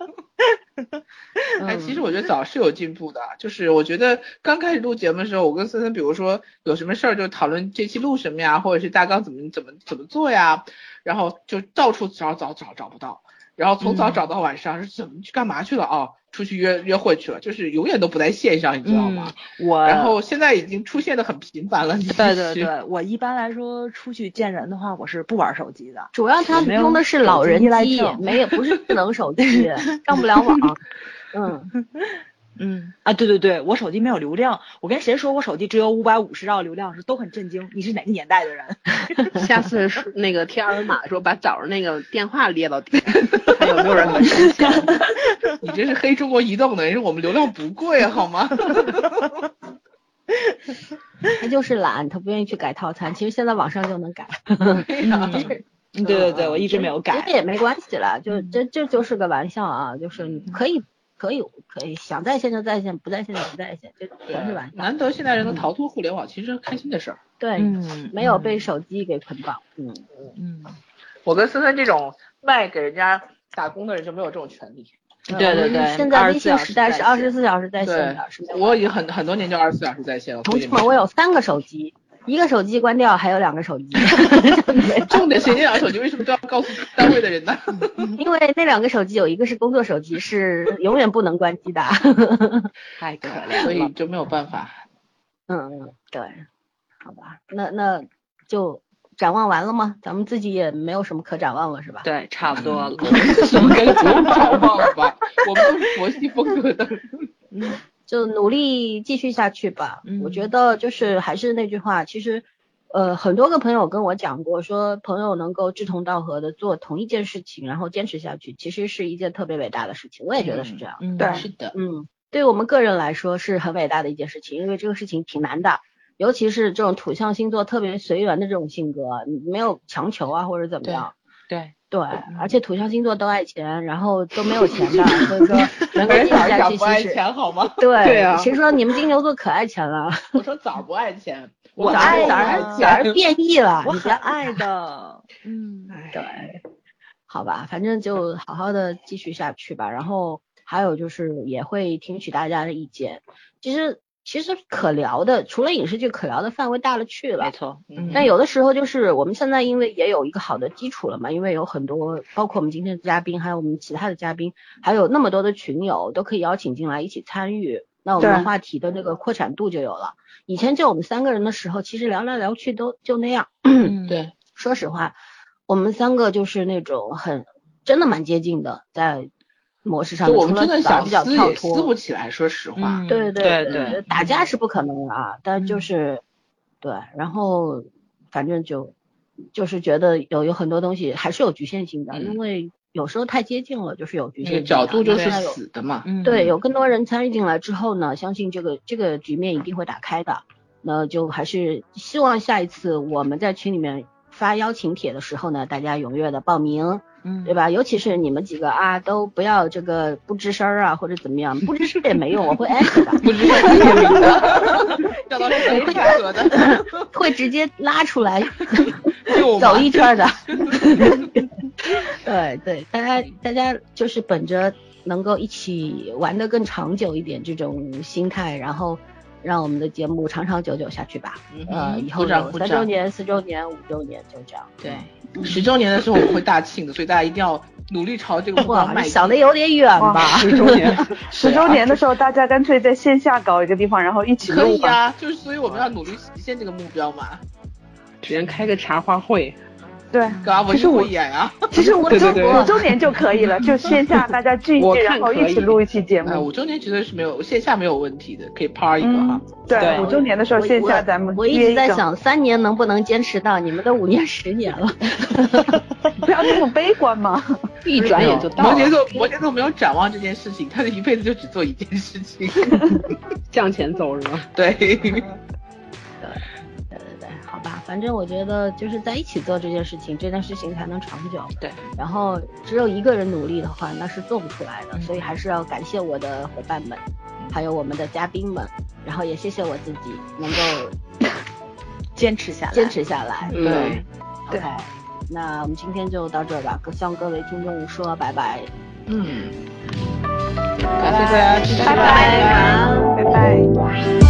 哎，其实我嗯觉得早是有进步的，啊就是我觉得刚开始录节目的时候，我跟森森，比如说有什么事儿就讨论这期录什么呀，或者是大纲怎么怎么怎么做呀，然后就到处找找找找不到，然后从嗯早找到晚上是怎么去干嘛去了啊、哦？出去约约会去了，就是永远都不在线上，你知道吗？我然后现在已经出现的很频繁了，你嗯 (laughs) 对对是对，我一般来说出去见人的话，我是不玩手机的。主要他没有用的是老人手机依赖机，症没有不是智能手机，上不了网。嗯，嗯啊，对对对，我手机没有流量。我跟谁说我手机只有五百五十兆流量时，都很震惊。你是哪个年代的人？下次是那个贴二维码的时候，把早上那个电话列到底，看有没有人能申请。你这是黑中国移动的，人家我们流量不贵 (laughs) 好吗？他就是懒，他不愿意去改套餐。其实现在网上就能改，嗯，对对对，我一直没有其实改。也没关系了，就这这就是个玩笑啊，就是你可以可以可以想在线就在线，不在线就不在线，这全是玩笑。难得现在人能逃脱互联网，其实是开心的事儿。对，嗯，没有被手机给捆绑。嗯，嗯。我跟森森这种卖给人家打工的人就没有这种权利。对对对现在微24小信时时代是在二线十四小时在线对的，是没，有我已经很很多年就二十四小时在线了。同所以志们，没我有三个手机，一个手机关掉，还有两个手机， (laughs) 重点谁家手机为什么都要告诉单位的人呢？因为那两个手机有一个是工作手机，是永远不能关机的。 (laughs) 太可 (laughs) 所怜了以。就没有办法。嗯，对，好吧，那那就展望完了吗？咱们自己也没有什么可展望了，是吧？对，差不多了。应该不用抱抱了吧？我们都是佛系风格的。就努力继续下去吧。嗯我觉得就是还是那句话，其实呃，很多个朋友跟我讲过，说朋友能够志同道合的做同一件事情，然后坚持下去，其实是一件特别伟大的事情。我也觉得是这样。嗯，嗯对是的，嗯，对于我们个人来说是很伟大的一件事情，因为这个事情挺难的，尤其是这种土象星座特别随缘的这种性格，你没有强求啊或者怎么样。对，嗯对，而且土象星座都爱钱，然后都没有钱的，所 (laughs) 以说能够坚持下去不其爱实钱好吗？对对啊谁说你们金牛座可爱钱了？我说早不爱钱，早早儿不早爱儿早儿钱。变异了，我你很别爱的。嗯，对，好吧，反正就好好的继续下去吧。然后还有就是也会听取大家的意见。其实其实可聊的，除了影视剧，可聊的范围大了去没了。错。嗯但有的时候就是我们现在因为也有一个好的基础了嘛，因为有很多包括我们今天的嘉宾，还有我们其他的嘉宾，还有那么多的群友都可以邀请进来一起参与，那我们的对话题的那个扩展度就有了。以前就我们三个人的时候，其实聊来聊去都就那样，嗯，对，说实话，我们三个就是那种很真的蛮接近的，在模式上就的，我们除了真的早想比较撕跳也撕不脱，起来，说实话嗯。对对对对，打架是不可能的啊，但嗯就是对，然后反正就就是觉得有有很多东西还是有局限性的，嗯因为有时候太接近了就是有局那限性个的，角度就那是现在有死的嘛，嗯对，有更多人参与进来之后呢，相信这个这个局面一定会打开的。那就还是希望下一次我们在群里面发邀请帖的时候呢，大家踊跃的报名，嗯对？吧？尤其是你们几个啊，都不要这个不吱声儿啊，或者怎么样，不吱声儿也没用，我会艾特的，不知道是谁领的， (laughs) 要到谁配合的，会直接拉出 (laughs) 来就走一圈儿 (laughs) 的。对对，大家嗯大家就是本着能够一起玩得更长久一点这种心态，然后让我们的节目长长久久下去吧。呃，以后嗯鼓掌有鼓三周掌。年、四周年、五周年就这样。对，十周年的时候我们会大庆的，所以大家一定要努力朝这个目标嗯哇，迈进。啊想的有点远吧？十周年， (laughs) 十周年的时候，大家干脆在线下搞一个地方，然后一起可录以吧。啊，就是所以我们要努力实现这个目标嘛。只能开个茶话会。对，干嘛？我其实就我会演啊！其实五对周对对五周年就可以了，就线下大家聚一我聚，看然后可一起以录一期节哎，目。五周年绝对是没有线下没有问题的，可以趴一个哈嗯。， (laughs) 对，对五周年的时候线下咱们我一约直一在个，想，三年能不能坚持到？你们都五年、十年了，不要这么悲观嘛。一转哎眼就到摩羯了。座，摩羯座没有展望这件事情，他的一辈子就只做一件事情。 (laughs) 向前走是吗？对，嗯对对对，好吧，反正我觉得就是在一起做这件事情，这件事情才能长久。对，然后只有一个人努力的话，那是做不出来的，所以还是要感谢我的伙伴们，还有我们的嘉宾们，然后也谢谢我自己能够坚持下来，坚。持下来。嗯对， OK，那我们今天就到这儿吧，向各位听众说拜拜，嗯，感谢大家支持，拜拜。